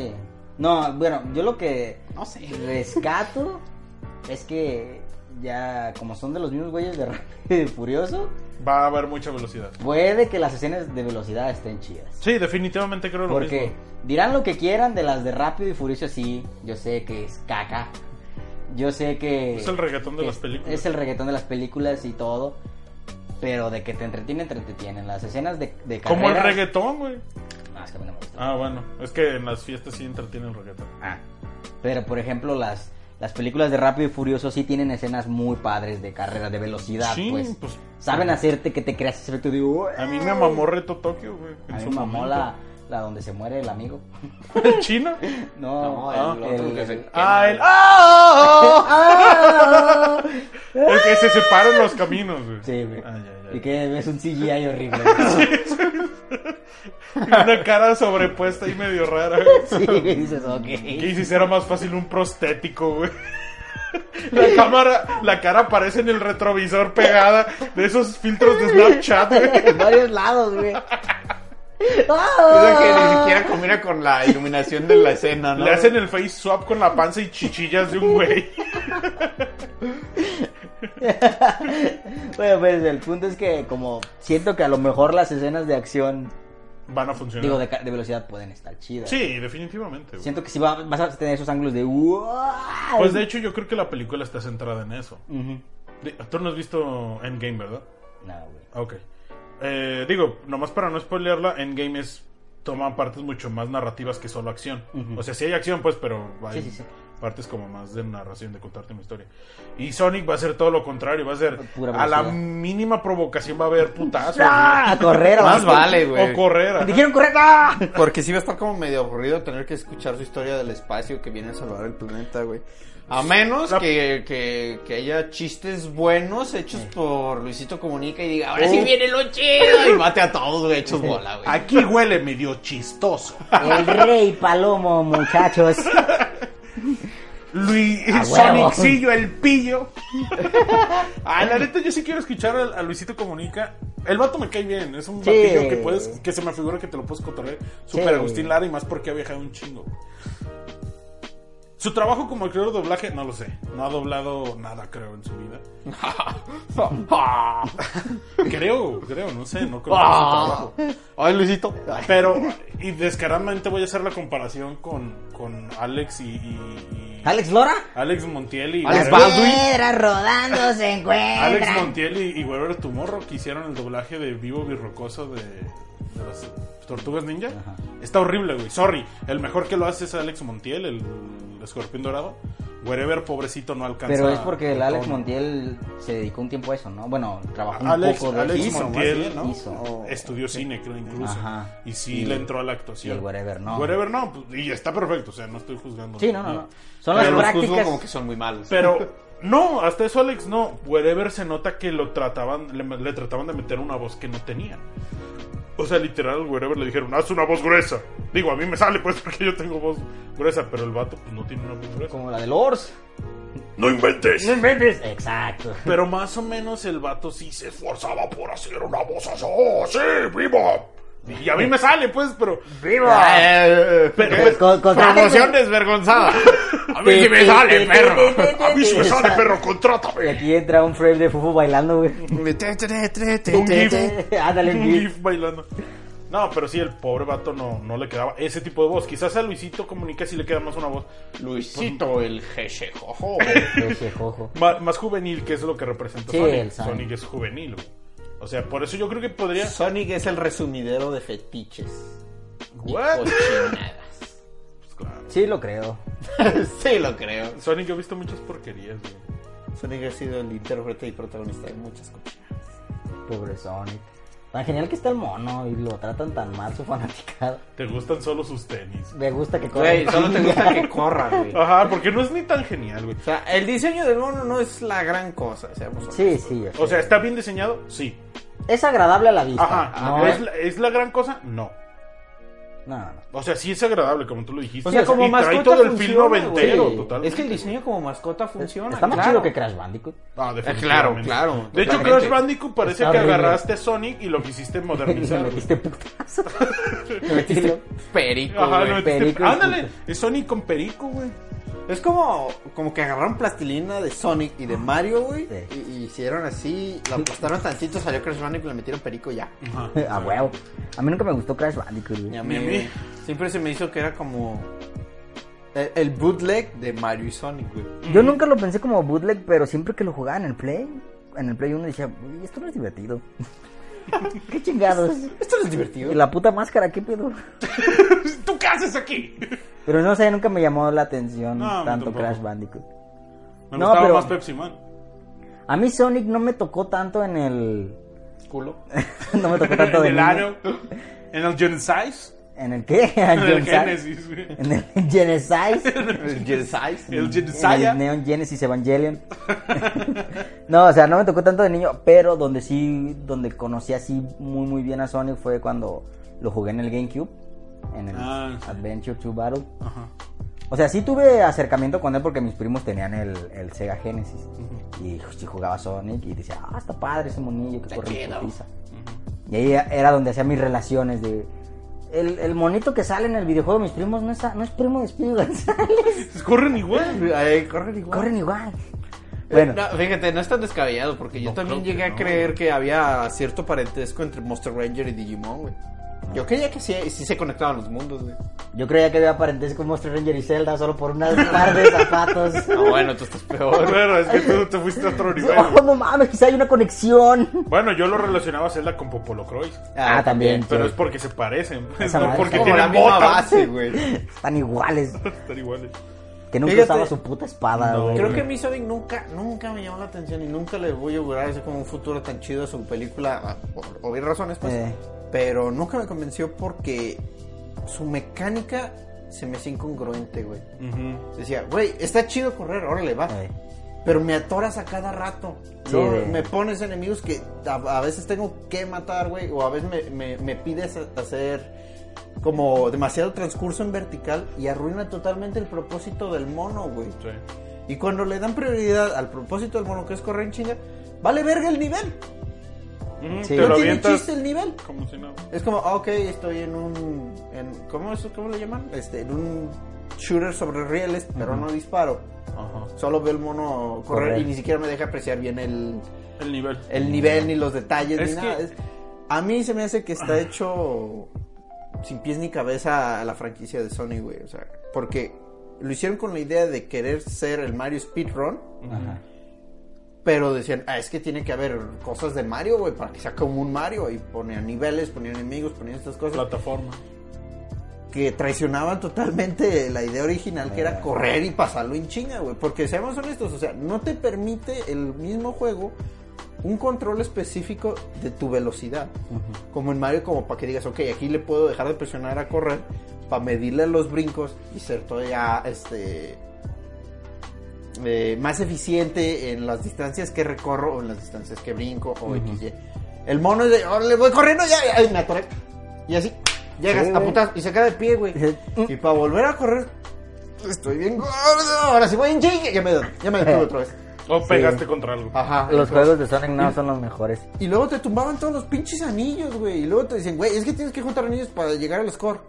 Sí. No, bueno, yo lo que
No sé.
rescato es que ya, como son de los mismos güeyes de Rápido y Furioso,
Va a haber mucha velocidad.
puede que las escenas de velocidad estén chidas.
Sí, definitivamente creo lo
Porque
mismo.
dirán lo que quieran de las de Rápido y Furioso, sí, yo sé que es caca. Yo sé que...
Es el reggaetón de
que
las
es-
películas.
Es el reggaetón de las películas y todo. Pero de que te entretienen, te entretienen. Las escenas de, de carreras...
Como el reggaetón, güey.
No, es que a mí no me gusta.
Ah, bueno. Es que en las fiestas sí entretienen el reggaetón.
Ah. Pero, por ejemplo, las, las películas de Rápido y Furioso sí tienen escenas muy padres de carrera, de velocidad,
sí,
pues.
pues,
Saben hacerte que te creas ese efecto de... "Ué".
A mí me mamó Reto Tokio, güey. en
A mí
su
me mamó
momento.
la, la donde se muere el amigo.
¿El chino?
No,
No, el
el- ¡Ah!
otro que se
el-
ah, el...
¡Ah!
El que se separan los caminos, güey.
Sí, güey.
Ah, ya, ya.
Y que ves un CGI horrible.
Una cara sobrepuesta y medio rara, güey.
sí, dices, ok.
Y si será más fácil un prostético, güey. La cámara, la cara aparece en el retrovisor pegada de esos filtros de Snapchat, güey.
en varios lados, güey.
Eso que ni
¡Ah!
siquiera combina con la iluminación de la escena, Ah, ¿no?
Le hacen el face swap con la panza y chichillas de un güey.
Bueno, pues el punto es que como siento que a lo mejor las escenas de acción,
Van a funcionar.
digo, de, ca- de velocidad pueden estar chidas.
Sí, definitivamente, güey.
Siento que si va, vas a tener esos ángulos de... ¡Wow!
Pues de hecho yo creo que la película está centrada en eso.
Ujú.
De- Tú no has visto Endgame, ¿verdad?
No, güey.
Ah, Ok. Eh, digo, nomás para no spoilearla, Endgame es toma partes mucho más narrativas que solo acción. O sea, sí hay acción, pues, pero hay
Sí, sí, sí.
partes como más de narración, de contarte una historia. Y Sonic va a ser todo lo contrario, va a ser
Pura
a la
velocidad.
mínima provocación va a haber putazos.
¡Ah! A correr. a
Más
bailar.
vale,
güey.
güey.
O correr. ajá.
Dijeron correr. ¡Ah!
Porque sí va a estar como medio aburrido tener que escuchar su historia del espacio que viene a salvar el planeta, güey. A menos
La-
que, que, que haya chistes buenos hechos por Luisito Comunica y diga, ahora sí viene lo chido. Y mate a todos, güey, hechos bola, güey.
Aquí huele medio chistoso.
El rey palomo, muchachos.
Luis,
A huevo.
Sonicillo, el pillo. ah, la neta, yo sí quiero escuchar a, a Luisito Comunica. El vato me cae bien, es un
Sí.
batillo que puedes, que se me figura que te lo puedes cotorrear. Super
Sí.
Agustín Lara y más porque ha viajado un chingo. Su trabajo como actor de doblaje, no lo sé. No ha doblado nada, creo, en su vida. creo, creo, no sé, no creo
Ah. Ay, Luisito. Ay.
Pero, y descaradamente voy a hacer la comparación con, con Alex y, y- y-
¿Alex Lora?
Alex Montiel y
Alex
Weber-
Baldwin.
Piedras rodando se
Alex
encuentran.
Montiel y, y Weber Tomorrow que hicieron el doblaje de Vivo Birrocoso de, de las Tortugas Ninja. Está horrible, güey. Sorry. El mejor que lo hace es Alex Montiel, el, escorpión dorado. Wherever, pobrecito, no alcanza.
Pero es porque el Alex
tono.
Montiel se dedicó un tiempo a eso, ¿no? Bueno, trabajó un
Alex-
poco de
Alex
eso.
Montiel,
Hizo,
¿no?
hizo.
Estudió cine, creo, incluso.
Ajá.
Y sí
Y-
le entró a la actuación.
y el Wherever no.
Wherever no. pues, Y está perfecto, o sea, no estoy juzgando.
Sí, no, no, no. Son
Pero
las
los juzgo
prácticas.
como que son muy malos.
Pero no, hasta eso Alex no. Wherever se nota que lo trataban, le, le trataban de meter una voz que no tenía. O sea, literal, Wherever le dijeron, haz una voz gruesa. Digo, a mí me sale pues porque yo tengo voz gruesa, pero el vato pues no tiene una voz gruesa.
Como la de Lors.
No inventes.
Exacto.
Pero más o menos el vato sí se esforzaba por hacer una voz así, "Oh, sí, viva. Y a mí me sale pues, pero...
¡Viva!
pero-
Con- con-
Eh, Promoción desvergonzada.
A mí sí me sale, perro. A mí sí me sale, perro,
Y
contrátame.
aquí entra un frame de Fufu bailando, güey.
Un gif.
Ándale,
Un
un gif.
gif bailando. No, pero sí, el pobre vato no, no le quedaba ese tipo de voz. Quizás a Luisito Comunica sí le queda más una voz
Luisito, el jeje, jojo.
Ese jojo.
ma- más, juvenil, que es lo que representa
Sí,
Sonic.
el Sonic.
Sonic es juvenil, güey. O sea, por eso yo creo que podría...
Sonic es el resumidero de fetiches.
¿What?
Cochinadas.
Pues claro.
Sí, lo creo.
sí, lo creo.
Sonic, yo he visto muchas porquerías, güey.
Sonic ha sido el intérprete y protagonista de muchas cochinadas.
Pobre Sonic. Tan genial que está el mono y lo tratan tan mal su fanaticada.
Te gustan solo sus tenis.
Me gusta que
Güey,
corra.
solo te gusta que corra, güey.
Ajá, porque no es ni tan genial, güey.
O sea, el diseño del mono no es la gran cosa, seamos
Sí, sí. yo
O
sé.
sea, ¿está bien diseñado? Sí.
es agradable a la vista.
Ajá.
Ah,
No,
¿Es, la, es la gran cosa? No.
no, no.
O sea, sí es agradable, como tú lo dijiste.
O sea, como
y trae
mascota
todo el film
funciona, güey.
noventero,
Sí.
total.
Es que el diseño como mascota funciona.
Está más
claro.
chido que Crash Bandicoot.
Ah, definitivamente.
claro, claro,
De hecho,
totalmente.
Crash Bandicoot parece
Está
que
horrible.
agarraste Sonic y lo quisiste
Y le
modernizar. güey.
metiste putazo. Le metiste.
Perico,
Ajá,
güey.
lo metiste-
Perico.
Ándale, es Sonic con Perico, güey.
Es como, como que agarraron plastilina de Sonic y de Mario, güey.
Sí.
Y, y hicieron así, la aplastaron tantito, salió Crash Bandicoot y le metieron perico y ya.
A huevo. A mí nunca me gustó Crash Bandicoot. güey.
Ni a
Ni a
mí,
mí.
güey. Siempre se me hizo que era como el, el bootleg de Mario y Sonic, güey.
Yo nunca lo pensé como bootleg, pero siempre que lo jugaba en el Play, en el Play uno decía, "Uy, esto no es divertido. Qué chingados.
Esto no es divertido.
La puta máscara, qué pedo.
¿Tú qué haces aquí?
Pero no sé, nunca me llamó la atención
No, a mí
tanto
tampoco.
Crash Bandicoot.
Me
No,
gustaba
pero-
más Pepsi Man.
A mí Sonic no me tocó tanto en el.
Culo.
no me tocó
En
tanto de
el
niño.
ano. En el Gen Size.
¿En el qué? ¿En
el Génesis, güey.
¿En el Genesis?
El Genesis.
El
En el
Jedisaya.
Neon Genesis Evangelion. no, o sea, no me tocó tanto de niño, pero donde sí, donde conocí así muy muy bien a Sonic fue cuando lo jugué en el GameCube, en el
Ah, sí.
Adventure 2 Battle. O sea, sí tuve acercamiento con él porque mis primos tenían el, el Sega Genesis. Y pues, sí jugaba Sonic y decía, ah, está padre ese monillo que corre en putiza". Y ahí era donde hacía mis relaciones de... El, el monito que sale en el videojuego, mis primos, no es, no es primo de Speedy González.
Corren igual.
Ay, corren igual.
Corren igual. Bueno,
No, fíjate, no es tan descabellado porque yo
No
también
creo que
llegué a
no.
creer que había cierto parentesco entre Monster Ranger y Digimon, güey. Yo creía que sí, sí se conectaban los mundos, güey.
yo creía que había parentesco con Monster Ranger y Zelda solo por unas par de zapatos.
No, Ah, bueno, tú estás peor.
Claro, es que tú te fuiste a otro nivel.
oh, no mames, quizá hay una conexión.
Bueno, yo lo relacionaba a Zelda con Popolo Croix.
Ah, también.
Pero
sí.
es porque se parecen. pues,
Esa
no
madre
porque
es
Como la
tienen
misma
botas.
base, güey.
Están iguales.
Están iguales.
Que nunca
Fíjate.
usaba su puta espada,
No.
güey.
Creo que a mí Sonic nunca, nunca me llamó la atención y nunca le voy a augurar así como un futuro tan chido a su película, ah, por obvias razones, pues.
Eh.
Pero nunca me convenció porque su mecánica se me hacía incongruente, güey.
Ujú.
Decía, güey, está chido correr, órale, va.
Eh,
Pero me atoras a cada rato.
Sí,
Luego
de-
Me pones enemigos que a, a veces tengo que matar, güey. O a veces me, me- me pides a- hacer como demasiado transcurso en vertical y arruina totalmente el propósito del mono, güey.
Sí.
Y cuando le dan prioridad al propósito del mono, que es correr en chinga, vale verga el nivel.
Ujú, Te
Sí.
No
lo
tiene
avientas
chiste el nivel.
como si no.
Es como, ah, ok, estoy en un. En, ¿cómo, es, ¿Cómo le llaman? Este, en un shooter sobre rieles, pero no disparo. Solo veo el mono correr
Correr.
y ni siquiera me deja apreciar bien el,
El nivel.
Eh,
el nivel, ni los detalles,
Es
ni
que-
nada. Es- A mí se me hace que está hecho sin pies ni cabeza a la franquicia de Sony, güey. O sea, porque lo hicieron con la idea de querer ser el Mario Speedrun.
ajá.
Pero decían, ah, es que tiene que haber cosas de Mario, güey, para que sea como un Mario. Y ponían niveles, ponían enemigos, ponían estas cosas.
Plataforma.
que traicionaban totalmente la idea original que era correr y pasarlo en chinga, güey. Porque seamos honestos, o sea, no te permite el mismo juego un control específico de tu velocidad. Como en Mario, como para que digas, ok, aquí le puedo dejar de presionar a correr para medirle los brincos y ser todavía este, eh, más eficiente en las distancias que recorro o en las distancias que brinco o XY. El mono es de, le voy corriendo, ya, ya, ay, me atoré. Y así, llegas
Sí,
a
güey.
putas y se queda de pie, güey. Y para volver a correr, estoy bien gordo, ahora sí voy en chingue. Ya me, ya me detuve otra vez.
O pegaste contra algo.
Ajá.
Los
entonces-
juegos de Sonic no son los mejores.
Y luego te tumbaban todos los pinches anillos, güey. Y luego te dicen, güey, es que tienes que juntar anillos para llegar al score.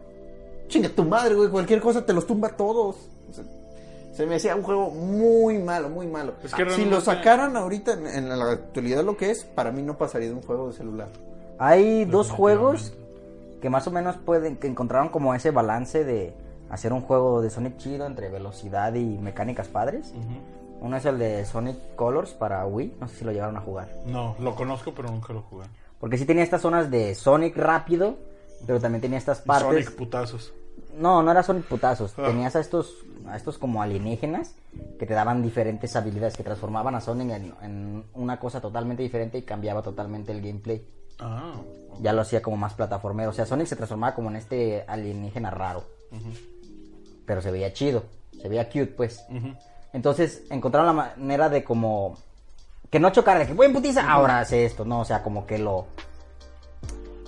Chinga tu madre, güey. Cualquier cosa te los tumba todos. O sea, se me hacía un juego muy malo, muy malo.
Es que
si
realmente-
lo sacaran ahorita en, en la actualidad lo que es, para mí no pasaría de un juego de celular.
Hay dos juegos que más o menos pueden, que encontraron como ese balance de hacer un juego de Sonic chido entre velocidad y mecánicas padres. Uno es el de Sonic Colors para Wii, no sé si lo llegaron a jugar.
No, lo conozco, pero nunca lo jugué.
Porque sí tenía estas zonas de Sonic rápido, pero también tenía estas partes.
Sonic putazos.
No, no era Sonic putazos.
Ah.
Tenías a estos, a estos como alienígenas que te daban diferentes habilidades, que transformaban a Sonic en, en una cosa totalmente diferente y cambiaba totalmente el gameplay.
Ah.
Ya lo hacía como más plataformero. O sea, Sonic se transformaba como en este alienígena raro. Pero se veía chido. Se veía cute, pues.
Ujú.
Entonces encontraron la manera de como... Que no chocara, de que buen putiza, ahora hace esto. No, o sea, como que lo...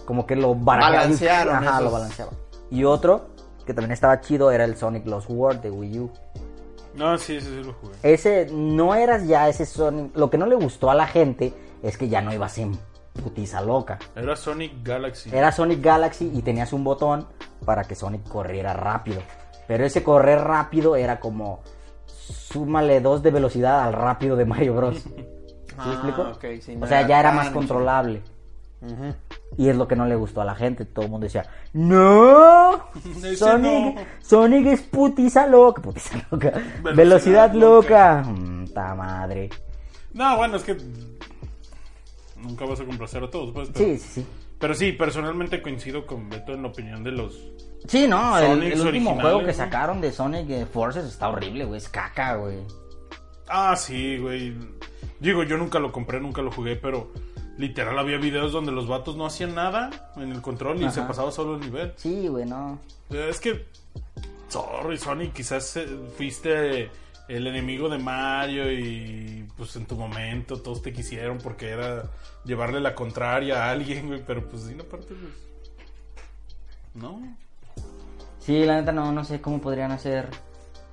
Como que lo barajaron.
Balancearon
Ajá,
esos.
lo balanceaban. Y otro que también estaba chido era el Sonic Lost World de Wii U.
No, sí, sí, sí lo jugué.
Ese no eras ya ese Sonic. Lo que no le gustó a la gente es que ya no ibas en putiza loca.
Era Sonic Galaxy.
Era Sonic Galaxy y tenías un botón para que Sonic corriera rápido. Pero ese correr rápido era como súmale dos de velocidad al rápido de Mario Bros. ¿Sí me
Ah,
explico?
ok, sí, no
o sea,
era
ya era
tan-
más controlable. Y es lo que no le gustó a la gente. Todo el mundo decía, ¡No!
Ese
Sonic,
no.
Sonic es putiza loca. Putiza loca. Velocidad, loca. Mm, ta madre.
No, bueno, es que nunca vas a complacer a todos, pues. Pero
Sí, sí, sí.
pero sí, personalmente coincido con Beto en la opinión de los
Sí, no, el,
Sonics
el último
originales,
juego que
güey.
sacaron de Sonic eh, Forces está horrible, güey. Es caca, güey.
Ah, sí, güey. Digo, yo nunca lo compré, nunca lo jugué, pero literal había videos donde los vatos no hacían nada en el control y se pasaba solo el nivel.
Sí, güey, no.
Eh, Es que, sorry, Sonic, quizás eh, fuiste el enemigo de Mario y pues en tu momento todos te quisieron porque era llevarle la contraria a alguien, güey, pero pues sí, aparte, pues... No.
Sí, la neta no, no sé cómo podrían hacer.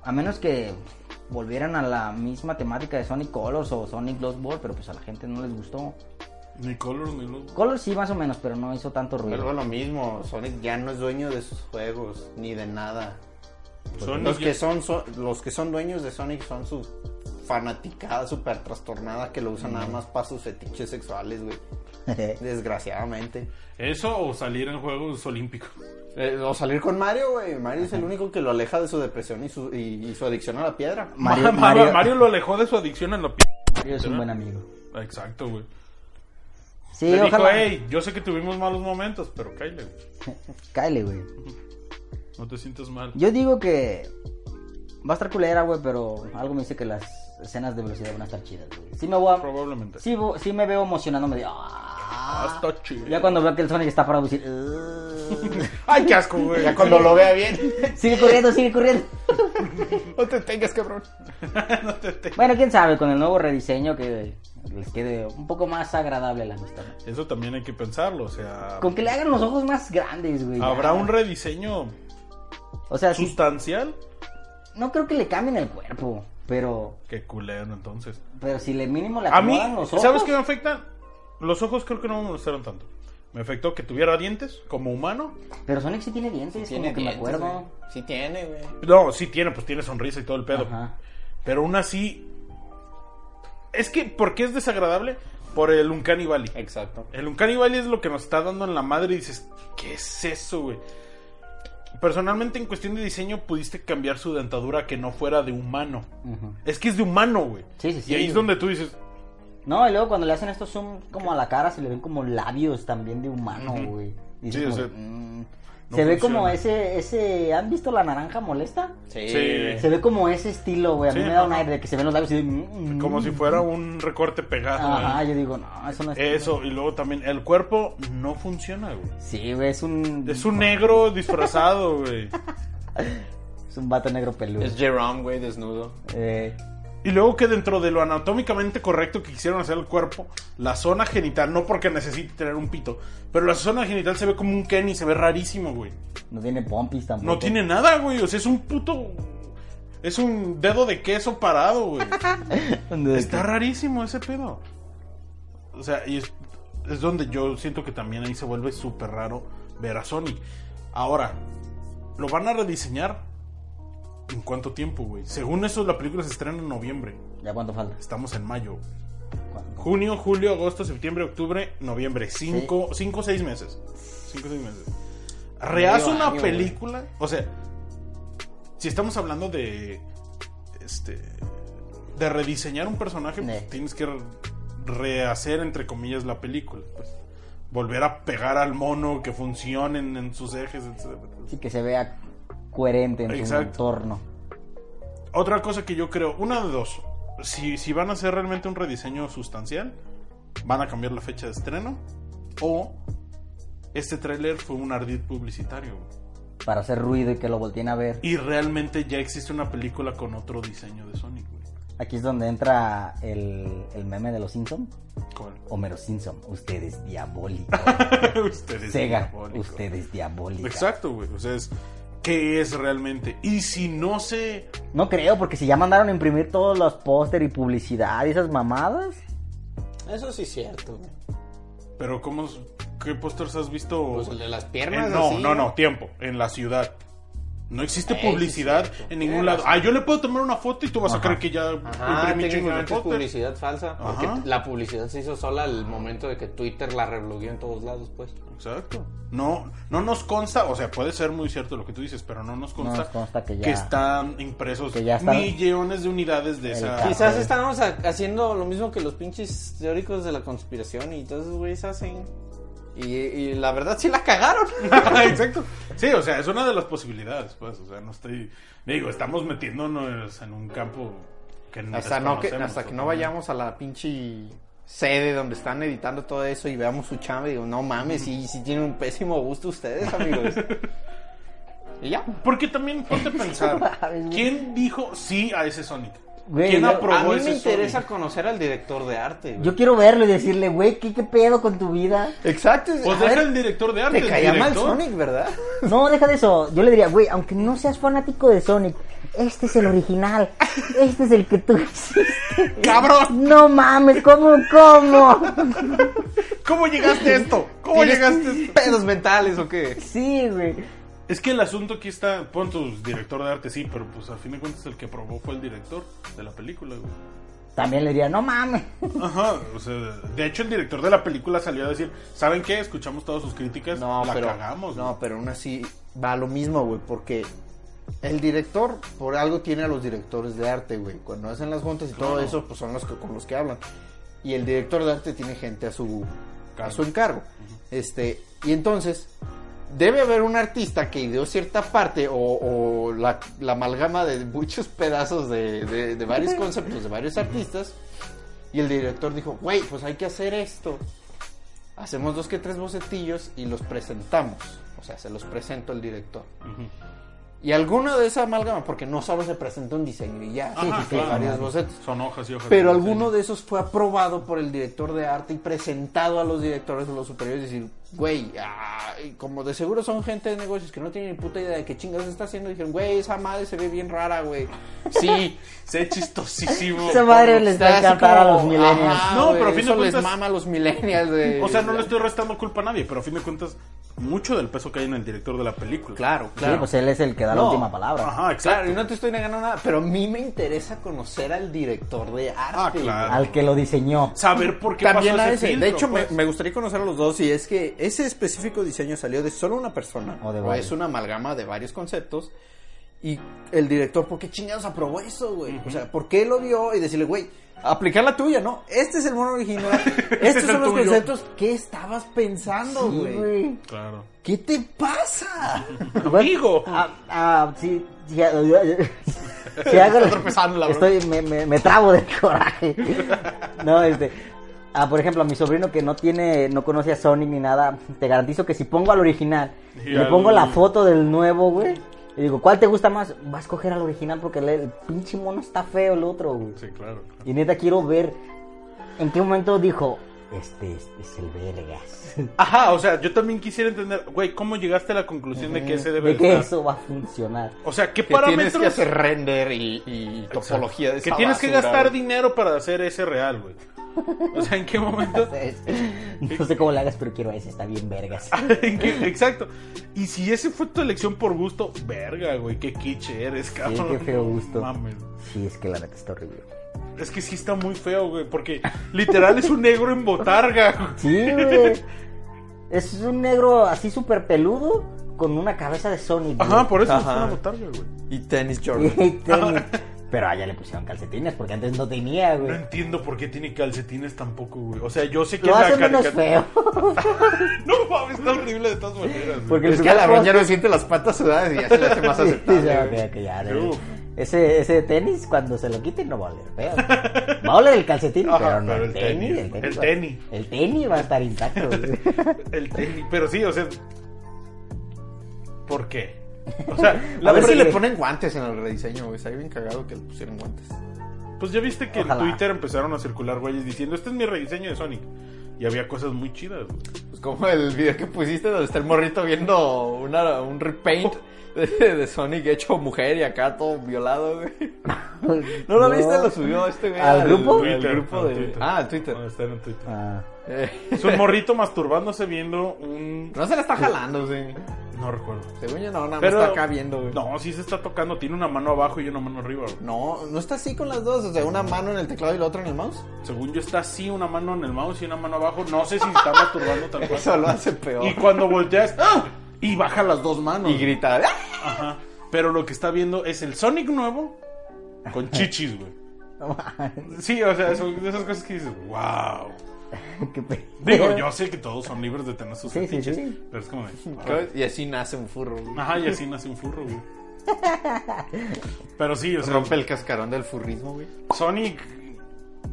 A menos que volvieran a la misma temática de Sonic Colors o Sonic Lost Ball, pero pues a la gente no les gustó.
Ni Color ni Luz.
Colors sí, más o menos, pero no hizo tanto
Pero
ruido.
lo mismo, Sonic ya no es dueño de sus juegos ni de nada.
Pues
Sonic
Pues Los
ya-
que son, so- los que son dueños de Sonic son su fanaticada súper trastornada que lo usan nada más para sus fetiches sexuales, güey. Desgraciadamente.
Eso o salir en Juegos Olímpicos.
Eh, o salir con Mario, güey. Mario es el único que lo aleja de su depresión y su, y, y su adicción a la piedra.
Ma-
Mario,
ma-
Mario-
Mario lo alejó de su adicción en la p...
Mario es un buen amigo.
Exacto, güey.
Sí,
Le dijo,
ojalá.
hey, yo sé que tuvimos malos momentos, pero cállate, güey.
Cáele, güey.
No te sientas mal.
Yo digo que va a estar culera, güey, pero algo me dice que las escenas de velocidad van a estar chidas, güey. Sí me voy a...
Probablemente.
Sí, vo- sí me veo emocionándome de...
Ah,
"Ah".
está chido.
Ya cuando veo que el Sonic está parado, voy a decir... "Ugh".
Ay, qué asco, güey.
Ya cuando lo vea bien.
Sigue corriendo, sigue corriendo.
no te tengas, cabrón.
No te- te-
Bueno, quién sabe, con el nuevo rediseño que les quede un poco más agradable la amistad.
Eso también hay que pensarlo, o sea...
Con que le hagan los ojos más grandes, güey. ya.
¿Habrá un rediseño
O sea, Ah, sí,
sustancial?
no creo que le cambien el cuerpo, pero...
Qué culero, entonces.
Pero si le mínimo le
A mí,
acomodan los ojos...
¿sabes qué me afecta? Los ojos creo que no me molestaron tanto. Me afectó que tuviera dientes como humano.
Pero Sonic sí tiene dientes, como que me acuerdo.
Sí tiene, güey.
No, sí tiene, pues tiene sonrisa y todo el pedo.
Ajá.
Pero aún así... Es que, ¿por qué es desagradable? Por el Uncanny Valley.
Exacto.
El Uncanny Valley es lo que nos está dando en la madre y dices, ¿qué es eso, güey? Personalmente, en cuestión de diseño, pudiste cambiar su dentadura que no fuera de humano.
Ujú.
Es que es de humano, güey.
Sí, sí, sí,
Y ahí es
güey.
donde tú dices,
No, y luego cuando le hacen estos zoom como a la cara, se le ven como labios también de humano,
Ujú.
güey. Y
Sí,
dices
o
como,
sea,
"Mm".
no
se ve
funciona.
como ese, ese, ¿han visto la naranja molesta?
Sí.
Sí.
Se ve como ese estilo, güey. A mí
Sí,
me da un
ajá.
aire de que se ven los labios y de, "Mm, mm".
como si fuera un recorte pegado.
Ajá,
güey.
yo digo, no, eso no es.
Eso, y luego también, el cuerpo no funciona, güey.
Sí, güey, es un.
Es un negro disfrazado, güey.
es un vato negro peludo.
Es Jerome, güey, desnudo.
Eh,
Y luego que dentro de lo anatómicamente correcto que quisieron hacer el cuerpo, la zona genital, no porque necesite tener un pito, pero la zona genital se ve como un Kenny, se ve rarísimo, güey.
no tiene pompis tampoco.
No tiene nada, güey. O sea, es un puto. Es un dedo de queso parado, güey.
¿Dónde
Está rarísimo ese pedo. O sea, y es, es donde yo siento que también ahí se vuelve súper raro ver a Sonic. Ahora, ¿lo van a rediseñar? ¿En cuánto tiempo, güey? Según eso, la película se estrena en noviembre.
¿Ya cuánto falta?
Estamos en mayo.
¿Cuánto?
Junio, julio, agosto, septiembre, octubre, noviembre. Cinco, cinco seis meses. Cinco, seis meses. Rehaz
Medio
una
año, güey.
película. O sea, si estamos hablando de. Este. De rediseñar un personaje, pues,
Eh.
Ne.
tienes que re- rehacer, entre comillas, la película. pues. volver a pegar al mono, que funcionen en sus ejes, etc.
Sí, que se vea coherente en su
Exacto.
entorno.
Otra cosa que yo creo, una de dos. Si, si van a hacer realmente un rediseño sustancial, van a cambiar la fecha de estreno. O este tráiler fue un ardid publicitario. güey.
Para hacer ruido y que lo volteen a ver.
Y realmente ya existe una película con otro diseño de Sonic, güey.
Aquí es donde entra el, el meme de los Simpson. Homero Simpson, usted es diabólico.
¿Cuál? Ustedes
Sega,
diabólicos.
usted es diabólico.
Exacto, güey. O sea, es, ¿qué es realmente? Y si no se...
No creo, porque si ya mandaron a imprimir todos los póster y publicidad y esas mamadas.
Eso sí es cierto, güey.
Pero ¿cómo... es- ¿Qué pósters has visto?
Pues el de las
Eh,
piernas.
no,
así,
no, no, tiempo, en la ciudad. No existe
Eh, sí,
publicidad
cierto.
en ningún
Tienes
lado.
razón.
Ah, yo le puedo tomar una foto y tú vas a
Ajá.
creer que ya
Ajá,
imprimí chingos de
técnicamente es
póster.
publicidad falsa. Porque
Ajá.
la publicidad se hizo sola al momento de que Twitter la reblogueó en todos lados, pues.
Exacto. No, no nos consta, o sea, puede ser muy cierto lo que tú dices, pero no nos consta,
nos consta que ya-
están impresos
que ya están-
millones de unidades de
El
esa.
Ah,
Quizás
güey.
estábamos ha- haciendo lo mismo que los pinches teóricos de la conspiración y todos esos güeyes hacen. Y, y la verdad sí la cagaron.
Exacto. Sí, o sea, es una de las posibilidades, pues, o sea, no estoy digo, estamos metiéndonos en un campo que no
hasta, no que,
desconocemos,
hasta que no
totalmente.
vayamos a la pinche sede donde están editando todo eso y veamos su chamba y digo, no mames, sí, sí tienen un pésimo gusto ustedes, amigos. y ya.
Porque también ponte a pensar,
mames, güey.
¿quién dijo sí a ese Sonic?
Güey,
¿Quién
yo-
aprobó
a mí
ese
me interesa
Sonic?
conocer al director de arte. güey.
Yo quiero verlo y decirle, güey, ¿qué, qué pedo con tu vida?
Exacto. a
Pues
ver,
deja el director de arte.
te
el
caía mal
director.
Sonic, ¿verdad?
No, deja de eso. Yo le diría, güey, aunque no seas fanático de Sonic, este es el original. Este es el que tú hiciste.
¡Cabrón!
No mames, ¿cómo, cómo?
¿Cómo llegaste a esto? ¿Cómo llegaste a esto? pedos mentales o qué?
Sí, güey.
Es que el asunto aquí está, pon tu director de arte, sí, pero pues a fin de cuentas el que aprobó fue el director de la película, güey.
También le diría, no mames.
Ajá, o sea, de hecho el director de la película salió a decir, ¿saben qué? Escuchamos todas sus críticas,
No,
la
pero,
cagamos.
No, pero aún así va lo mismo, güey, porque el director por algo tiene a los directores de arte, güey. Cuando hacen las juntas y todo eso, pues son los que, con los que hablan. Y el director de arte tiene gente a su, a
Cargo.
su encargo. Este, y entonces debe haber un artista que ideó cierta parte o, o la, la amalgama de muchos pedazos de, de- de varios conceptos, de varios artistas. Y el director dijo, güey, pues hay que hacer esto. Hacemos dos que tres bocetillos y los presentamos. O sea, se los presento al director. Y alguno de esa amalgama, porque no solo se presenta un diseño y ya,
Ajá,
sí, sí,
claro.
varios bocetos.
Son hojas y hojas.
Pero
de
alguno de esos fue aprobado por el director de arte y presentado a los directores o los superiores y decir, güey, ah, y como de seguro son gente de negocios que no tienen ni puta idea de qué chingados está haciendo, dijeron, güey, esa madre se ve bien rara, güey. Sí.
diseño. Sé chistosísimo.
Esa madre les
Está
va a
así
encantar a
como,
los millennials.
"Ajá,
No,
güey,
pero a fin de
eso les
cuentas-
mama a los millennials. de-
O sea, no le estoy restando culpa a nadie, pero a fin de cuentas, mucho del peso que hay en el director de la película.
Claro,
Sí,
claro.
pues él es el que da la
No.
última palabra.
Ah,
Ajá, exacto.
Claro, y no te estoy negando nada, pero a mí me interesa conocer al director de arte.
Ah, claro.
Al que lo diseñó.
Saber por qué
También
pasó
a
ese
ese.
filtro,
de hecho, me-
pues.
me, gustaría conocer a los dos. Y es que ese específico diseño salió de solo una persona.
O de varios.
es una amalgama de varios conceptos. Y el director, ¿por qué chingados aprobó eso, güey? O sea, ¿por qué lo vio? Y decirle, güey, aplicar la tuya, ¿no? Este es el mono original.
Este
estos
es el
son los
tuyo.
conceptos. ¿Qué estabas pensando, güey?
Claro.
¿Qué te pasa?
Amigo.
Ah, ah, sí, sí, ah, ah, ah, sí, hago la-
tropezando, la verdad.
estoy, me, me, me trabo de coraje. No, este. ah, por ejemplo, a mi sobrino que no tiene, no conoce a Sonic ni nada, te garantizo que si pongo al original,
Y
le
al-
pongo la foto del nuevo, güey, y digo, ¿cuál te gusta más? Vas a escoger al original porque el, el pinche mono está feo el otro, güey.
Sí, claro. claro.
Y neta quiero ver en qué momento dijo, este, es- es el vergas.
Ajá, o sea, yo también quisiera entender, güey, ¿cómo llegaste a la conclusión de que ese debe
De que
estar?
eso va a funcionar.
O sea, ¿qué
Que tienes
parámetros?
que hacer render y, y topología de
que
esa
tienes que
basura,
gastar
güey.
dinero para hacer ese real, güey. O sea, ¿en qué momento?
No sé cómo le hagas, pero quiero ese, está bien vergas.
¿En qué- Exacto. Y si ese fue tu elección por gusto, verga, güey, qué quiche eres, cabrón.
qué feo gusto.
Mames.
Sí, es que la neta está horrible.
Es que sí está muy feo, güey, porque literal es un negro en botarga. güey.
Sí, güey. Es un negro así súper peludo con una cabeza de Sonic. güey.
Ajá, por eso es
Ajá.
una botarga, güey.
Y tenis Jordan.
Y tenis. Pero allá le pusieron calcetines porque antes no tenía,
No
güey.
entiendo por qué tiene calcetines tampoco, güey. O sea, yo sé que
Lo
es
hace
la
menos
caricatura.
feo.
No mames, está horrible de todas maneras. güey.
Porque
Es
el
que a la
primer
roña no siente las patas sudadas y ya se le hace más
Sí, sí,
aceptable.
ya,
güey.
ok, ok, ya, de-
Uf.
Ese, ese tenis, cuando se lo quiten, no va a oler feo. Va a oler el calcetín,
Ajá,
pero no
pero
el,
el
tenis,
tenis, el
va-
tenis.
El tenis va a estar intacto. güey.
El tenis, pero sí, o sea. ¿Por qué? O sea,
A
la
ver si
verdad-
le ponen guantes en el rediseño, güey. Está bien cagado que le pusieran guantes.
Pues ya viste que
Ojalá.
en Twitter empezaron a circular güeyes diciendo: Este es mi rediseño de Sonic. Y había cosas muy chidas, güey.
Pues como el video que pusiste donde está el morrito viendo una, un repaint de, de Sonic hecho mujer y acá todo violado, güey. ¿No lo viste? Lo subió este güey.
¿Al grupo?
al grupo
al
de...
Twitter.
Ah, al Twitter.
Ah, está en Twitter.
Ah,
Eh,
Es un morrito masturbándose viendo un.
no se la está jalando, sí.
No recuerdo.
Según yo, no, nada más
Pero-
está acá viendo, güey.
No, sí se está tocando. Tiene una mano abajo y una mano arriba, güey.
No, no está así con las dos. O sea, una mano en el teclado y la otra en el mouse.
Según yo, está así: una mano en el mouse y una mano abajo. No sé si se está masturbando tal cual.
Eso lo hace peor.
Y cuando volteas. ¡ah! Y baja las dos manos.
Y grita. ¡Ah!
Ajá. Pero lo que está viendo es el Sonic nuevo con chichis, güey. Sí, o sea, son de esas cosas que dices, wow.
qué pe-
Digo, yo sé que todos son libres de tener sus
Sí, sí,
fetiches,
sí.
pero es como de...
¿Sabes? Y así nace un furro. güey.
Ajá, y así nace un furro, güey. Pero sí, o sea,
Rompe el cascarón del furrismo, güey.
Sonic,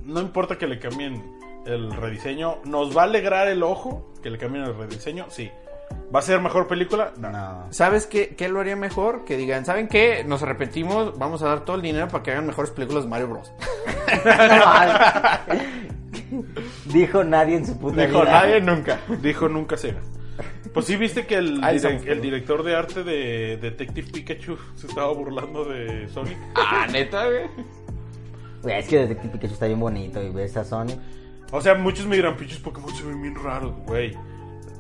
no importa que le cambien el rediseño. ¿Nos va a alegrar el ojo que le cambien el rediseño? Sí. ¿Va a ser mejor película? No.
No.
¿Sabes qué, qué lo haría mejor? Que digan, ¿saben qué? Nos arrepentimos, vamos a dar todo el dinero para que hagan mejores películas de Mario Bros.
Dijo nadie en su puta
Dijo
vida.
nadie nunca.
Dijo nunca Sega. Pues sí, viste que el,
Ahí
direc-
estamos,
el director de arte de Detective Pikachu se estaba burlando de Sonic.
Ah, neta, güey.
Güey, es que Detective Pikachu está bien bonito y ves a Sonic.
O sea, muchos me dirán, pinches Pokémon se ven bien raros, güey.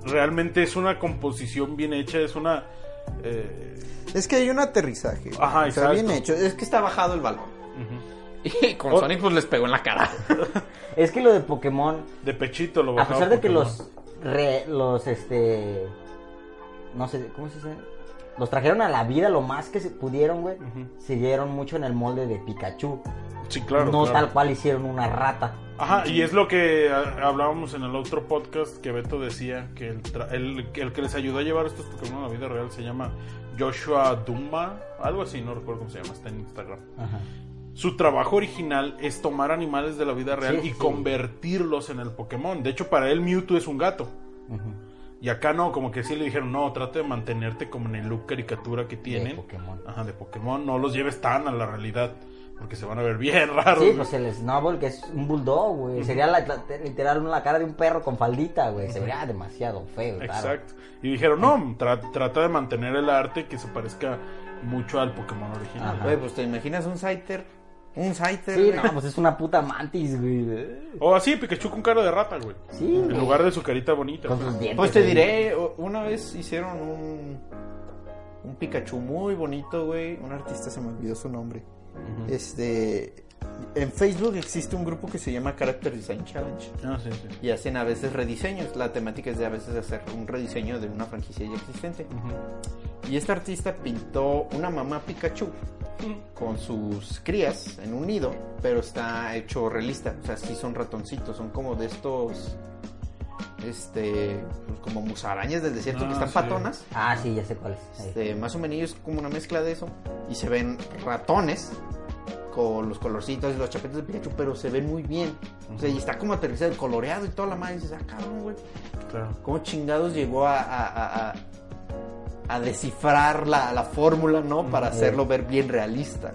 Realmente es una composición bien hecha, es una... eh,
Es que hay un aterrizaje. güey.
Ajá,
o sea, bien
exacto.
hecho. Es que está bajado el balón.
Y con Sonic pues les pegó en la cara.
Es que lo de Pokémon,
de pechito lo
a
bajaba
pesar de que
Pokémon.
los. re- los este. No sé, ¿cómo se dice? Los trajeron a la vida lo más que se pudieron, güey.
Ujú.
Siguieron mucho en el molde de Pikachu.
Sí, claro.
no
claro.
tal cual hicieron una rata.
Ajá, y es lo que ah, hablábamos en el otro podcast que Beto decía que el, tra- el- el que les ayudó a llevar estos Pokémon a la vida real se llama Joshua Dumba, algo así, no recuerdo cómo se llama, está en Instagram.
Ajá.
Su trabajo original es tomar animales de la vida real
Sí,
y
sí.
convertirlos en el Pokémon. De hecho, para él Mewtwo es un gato. Y acá no, como que sí le dijeron, no, trata de mantenerte como en el look caricatura que tienen.
Pokémon.
Ajá, de Pokémon. No los lleves tan a la realidad, porque se van a ver bien raros.
Sí, pues el Snowball, que es un bulldog, güey. Sería la- la- literal una cara de un perro con faldita, güey. Se vería demasiado feo, claro.
Exacto. Y dijeron, no, tra- trata de mantener el arte que se parezca mucho al Pokémon original.
Güey, pues te imaginas un Scyther. Un Scyther.
Sí,
güey?
no, pues es una puta mantis, güey.
O así, Pikachu con cara de rata, güey.
Sí,
En
güey.
lugar de su carita bonita.
Con sus dientes.
Pues te
güey.
diré, o- una vez hicieron un. Un Pikachu muy bonito, güey. Un artista se me olvidó su nombre.
Este.
En Facebook existe un grupo que se llama Character Design Challenge.
Ah, sí, sí.
Y hacen a veces rediseños. La temática es de a veces hacer un rediseño de una franquicia ya existente. Y este artista pintó una mamá Pikachu con sus crías en un nido, pero está hecho realista. O sea, sí son ratoncitos, son como de estos. Este. pues, como musarañas del desierto
Ah,
que están
sí.
patonas.
Ah, sí, ya sé cuál es. Ahí.
Este, más o menos es como una mezcla de eso. Y se ven ratones con los colorcitos y los chapetes de Pikachu, pero se ven muy bien. O sea, y está como aterrizado, el coloreado y toda la madre. Y dices, ah, cabrón, güey.
Claro.
¿Cómo chingados llegó a, a- a- a- a descifrar la, la fórmula, no? Para hacerlo ver bien realista.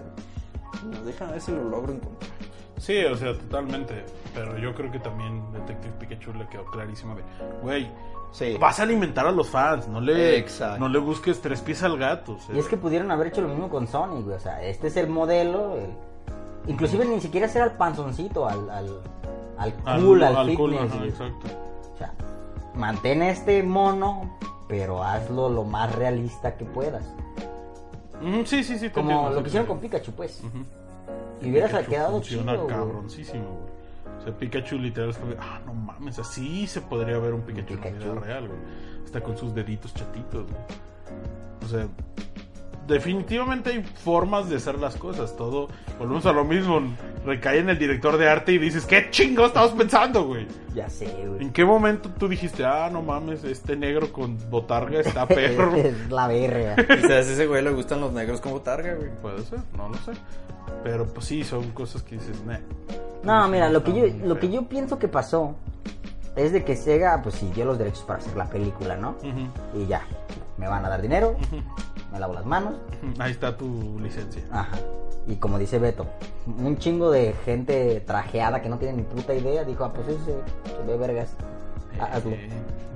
güey. No, Déjame ver si lo logro encontrar.
Sí, o sea, totalmente. Pero yo creo que también Detective Pikachu le quedó clarísima de, güey,
Sí.
vas a alimentar a los fans, no le,
Exacto.
no le busques tres pies al gato. o sea.
Y es que pudieron haber hecho lo mismo con Sonic, güey. O sea, este es el modelo. el- Inclusive ni siquiera hacer al panzoncito, al, al, al
Al-
cool, al,
al
fitness.
cool, ajá,
güey.
exacto.
O sea, mantén este mono, pero hazlo lo más realista que puedas.
Mm, sí, sí, sí. te
Como
entiendo,
lo
sí,
que hicieron
te
con Pikachu, pues.
Ujú.
Y hubieras
Pikachu
quedado
funciona
chido, güey.
cabroncísimo, güey. O sea, Pikachu literal fue, ah, no mames, así se podría ver un Pikachu, en la
Pikachu.
vida real, güey. Hasta con sus deditos chatitos, güey. O sea, definitivamente hay formas de hacer las cosas, todo. Volvemos a lo mismo, recae en el director de arte y dices, ¿qué chingo estabas pensando, güey?
Ya sé, güey.
¿En qué momento tú dijiste, ah, no mames, este negro con botarga está perro?
es la verga.
Quizás a ese güey le gustan los negros como targa, güey.
Puede ser, no lo sé. Pero pues sí, son cosas que dices, nah.
No, mira, lo que,
Está
yo,
muy
lo que
feo.
yo pienso que pasó es de que Sega, pues sí, dio los derechos para hacer la película, ¿no?
Ujú.
Y ya, me van a dar dinero, me lavo las manos,
Ahí está tu licencia.
ajá. Y como dice Beto, un chingo de gente trajeada que no tiene ni puta idea, dijo, ah, pues eso se, se ve vergas, ha- hazlo.
Eh,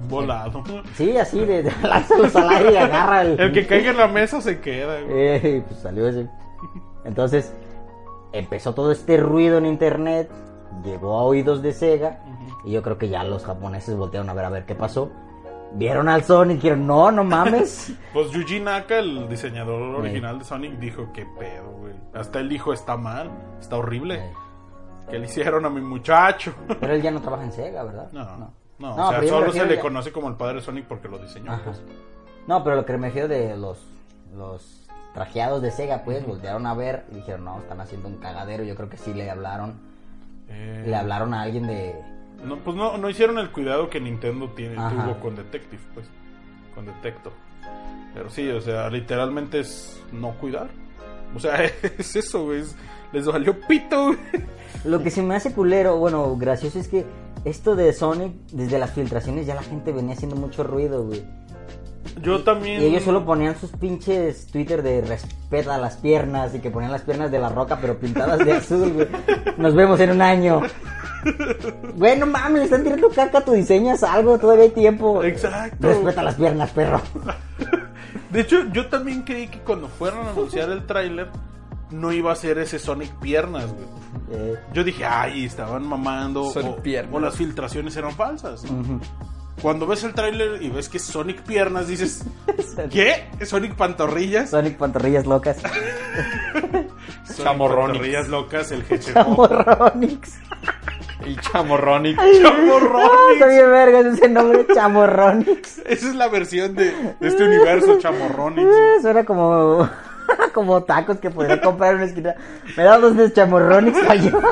volado.
Sí, así, de, de lánzalos al aire y agarra el...
El que caiga en la mesa se queda, güey.
Eh, pues salió ese. Entonces, empezó todo este ruido en internet, llegó a oídos de Sega, y yo creo que ya los japoneses voltearon a ver a ver qué pasó. Vieron al Sonic y dijeron, no, no mames.
Pues Yuji Naka, el diseñador
Eh.
original de Sonic, dijo que pedo, güey. Hasta él dijo, está mal, está horrible.
Eh,
¿Qué le hicieron a mi muchacho?
Pero él ya no trabaja en Sega, ¿verdad?
No, no.
No,
o sea,
pero yo me
solo se
refiero
le
ya-
conoce como el padre de Sonic porque lo diseñó.
Ajá.
pues.
No, pero lo que me refiero de los, los trajeados de Sega, pues, voltearon a ver y dijeron, no, están haciendo un cagadero. Yo creo que sí le hablaron,
Eh,
le hablaron a alguien de...
no, pues no, no hicieron el cuidado que Nintendo tiene,
Ajá.
tuvo con Detective, pues. Con Detecto. Pero sí, o sea, literalmente es no cuidar. O sea, es eso, güey. es- Les valió pito, güey.
Lo que se me hace culero, bueno, gracioso es que esto de Sonic, desde las filtraciones ya la gente venía haciendo mucho ruido, güey.
Yo también.
Y ellos solo ponían sus pinches Twitter de respeta las piernas y que ponían las piernas de la roca pero pintadas de azul, güey. Nos vemos en un año. Bueno, mames, le están tirando caca, tú diseñas algo, todavía hay tiempo.
Exacto.
Respeta las piernas, perro.
De hecho, yo también creí que cuando fueron a anunciar el tráiler no iba a ser ese Sonic piernas, güey.
Eh,
Yo dije, ay, estaban mamando
Sonic
o,
piernas.
o las filtraciones eran falsas. Cuando ves el tráiler y ves que es Sonic piernas, dices, ¿qué? ¿Es Sonic pantorrillas?
Sonic pantorrillas locas.
Sonic
Chamorronix.
Pantorrillas locas, el jechepo.
Chamorronix.
El chamorronic.
Ah,
Chamorronix.
está bien vergas ese nombre, Chamorronix.
Esa es la versión de, de este universo, Chamorronix.
Eh, Suena como como tacos que podría comprar en una esquina. Me da dos de Chamorronix para llevar.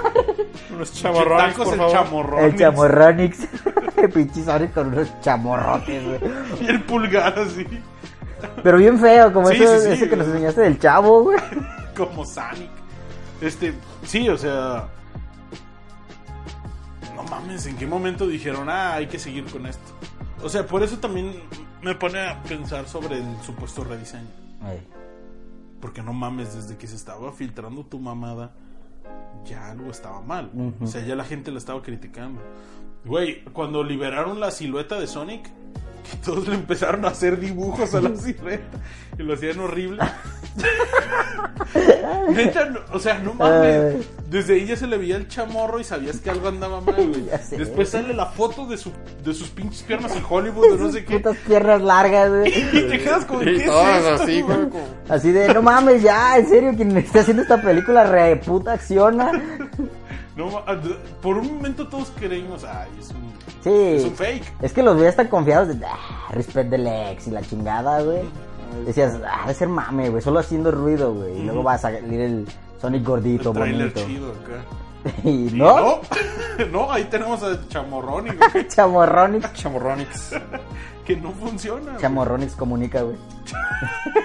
Unos chamorrones,
Tacos
por
el
favor.
Chamorronix.
El Chamorronix. Pinche Sonic con unos chamorrotes, güey.
Y el pulgar así,
Pero bien feo, como
Sí,
eso,
sí, sí,
ese que nos
güey.
enseñaste del chavo, güey.
como Sonic. Este, sí, o sea... No mames, ¿en qué momento dijeron, ah, hay que seguir con esto? O sea, por eso también me pone a pensar sobre el supuesto rediseño. Porque no mames, desde que se estaba filtrando tu mamada, ya algo estaba mal. O sea, ya la gente la estaba criticando. Güey, cuando liberaron la silueta de Sonic, que todos le empezaron a hacer dibujos a la silueta y lo hacían horrible. Neta, no- o sea, no mames. Desde ahí ya se le veía el chamorro y sabías que algo andaba mal, güey.
Ya sé.
Después sale la foto de, su, de sus pinches piernas en Hollywood, de no sé qué.
Putas piernas largas, güey.
Y te quedas con
Y
¿qué es
todas
esto,
así,
güey?
güey. como-
Así de, no mames, ya, en serio, quien está haciendo esta película re puta acciona.
No, ma- por un momento todos creímos, ay, es un,
Sí.
es un fake.
Es que los veías tan confiados de, ah, respect the legs y la chingada, güey. Decías, ah, debe ser mame, güey, solo haciendo ruido, güey. Y luego va a salir el Sonic gordito,
El trailer
bonito.
chido acá.
Y
Y
no,
No, no, ahí tenemos a Chamorrón
Chamorronix.
Chamorronix.
que no funciona.
Chamorronix comunica, güey.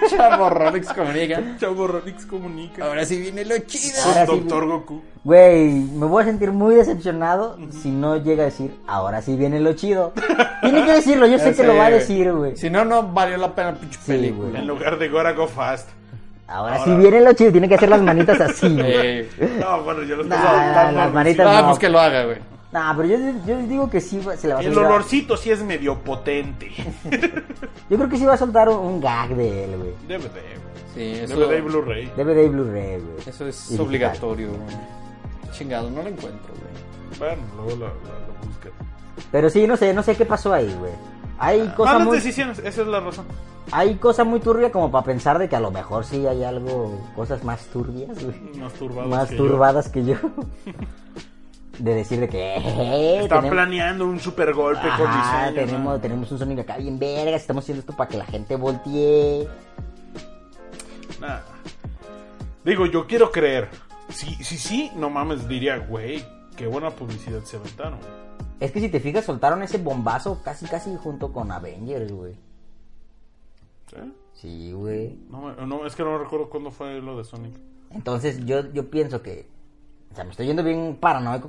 Chamorronix comunica.
Chamorronix comunica.
Ahora sí viene lo chido.
Ahora
Con
sí,
Doctor Goku.
Güey, me voy a sentir muy decepcionado si no llega a decir, ahora sí viene lo chido. Tiene que decirlo, yo sé que lo va a decir, güey.
Si no, no valió la pena pinche
Sí,
película.
güey.
En lugar de Gora Go Fast.
Ahora, sí viene lo chido, tiene que hacer las manitas así, güey.
Eh,
No, bueno, yo lo estoy
Nah,
saltando.
las manitas
ah,
no.
pues que lo haga, güey.
Nah, pero yo, yo digo que sí va- se le va a
El
soltar.
olorcito sí es medio potente.
Yo creo que sí va a soltar un, un gag de él, güey.
DVD, güey.
Sí,
DVD y
eso,
Blu-ray.
DVD y Blu-ray, güey.
eso es
Digital.
obligatorio, güey. Chingado, no lo encuentro, güey.
Bueno, luego la, la- la busca.
Pero sí, no sé, no sé qué pasó ahí, güey. Hay cosa
Ah, Malas
muy
decisiones, esa es la razón.
hay cosa muy turbia como para pensar de que a lo mejor sí hay algo cosas más turbias, güey.
Más turbadas.
más
que yo.
turbadas que yo. De decir de que eh,
Están
tenemos-
planeando un super golpe con
Ajá,
diseño,
tenemos,
¿no?
tenemos un Sonic acá bien vergas, estamos haciendo esto para que la gente voltee.
Nah. Digo, yo quiero creer. Si sí, sí, no mames, diría, güey, qué buena publicidad se aventaron.
Es que si te fijas, soltaron ese bombazo casi casi junto con Avengers, güey.
¿Sí?
Sí, güey.
No, me- no, es que no recuerdo cuándo fue lo de Sonic.
Entonces yo, yo pienso que... O sea, me estoy yendo bien paranoico,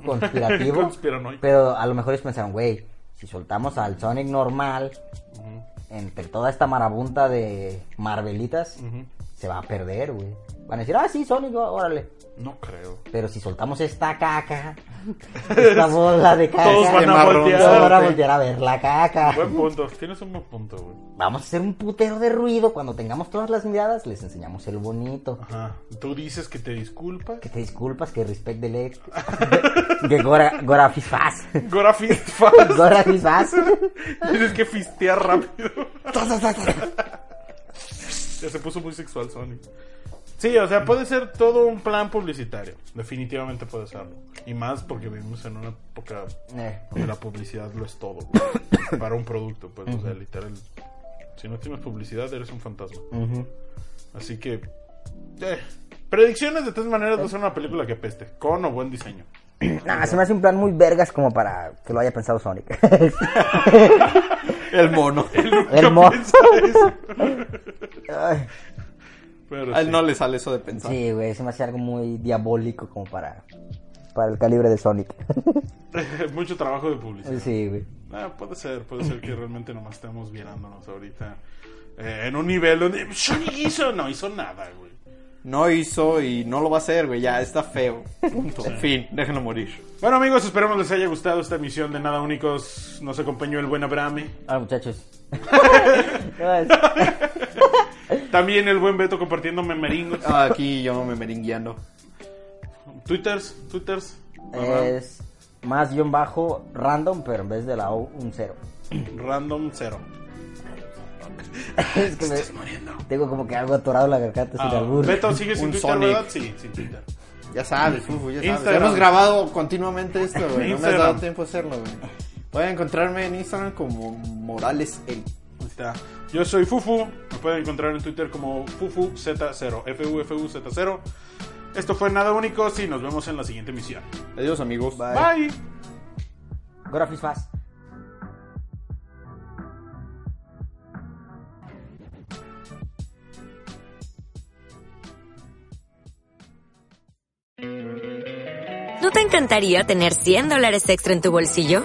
conspirativo.
Conspiranoico.
Pero a lo mejor ellos pensaron, güey, si soltamos al Sonic normal, entre toda esta marabunta de Marvelitas, se va a perder, güey. Van a decir, ah, sí, Sonic, ó- órale.
No creo.
Pero si soltamos esta caca, esta bola de caca,
Todos van a
marrón,
todos van a
voltear.
voltear a ver la caca.
Buen punto, tienes un buen punto, güey.
Vamos a hacer un putero de ruido. Cuando tengamos todas las miradas, les enseñamos el bonito.
Ajá. Tú dices que te disculpas.
Que te disculpas, que respect del ex. que Gora, Gora Fifaz.
Gora fist-
Gora Fifaz.
Tienes que fistear rápido. ya se puso muy sexual Sonic. Sí, o sea, puede ser todo un plan publicitario. Definitivamente puede serlo. Y más porque vivimos en una época
Eh,
donde la publicidad lo es todo. güey. Para un producto, pues, o sea, literal. Si no tienes publicidad, eres un fantasma.
ujú.
Así que. eh, Predicciones de todas maneras va a ser una película que peste. Con o buen diseño.
Nah, se me hace un plan muy vergas como para que lo haya pensado Sonic.
El mono.
el mo- Ay,
Pero
A él
sí.
no le sale eso de pensar.
Sí, güey, se me hace algo muy diabólico como para para el calibre de Sonic.
Mucho trabajo de publicidad.
sí, güey.
Ah, puede ser, puede ser que realmente nomás estemos viéndonos ahorita eh, en un nivel donde Sonic hizo, no hizo nada, güey.
No hizo y no lo va a hacer, güey. Ya está feo. Punto. En fin, déjenlo morir.
Bueno, amigos, esperemos les haya gustado esta emisión de Nada Únicos. Nos acompañó el buen Abrame.
Ahora, Ah, muchachos.
También el buen Beto compartiendo memeringos.
Ah, Aquí yo me meringueando.
Ah, Twitters, twitters.
es más guión bajo random, pero en vez de la O, un cero.
Random cero.
es que me- tengo como que algo atorado en la garganta sin
Ah,
albur.
Beto sigue sin
Un
Twitter,
Sonic.
¿verdad? Sí, sin Twitter.
Ya sabes, Fufu, ya sabes.
Instagram.
Hemos grabado continuamente esto, güey. No me has
Instagram.
dado tiempo a hacerlo, güey. Pueden encontrarme en Instagram como Morales El.
Ahí está. Yo soy Fufu. Me pueden encontrar en Twitter como FufuZ0. FUFUZ0. Esto fue Nada Únicos y nos vemos en la siguiente emisión.
Adiós, amigos.
Bye.
Grafis Fast.
¿No te encantaría tener 100 dólares extra en tu bolsillo?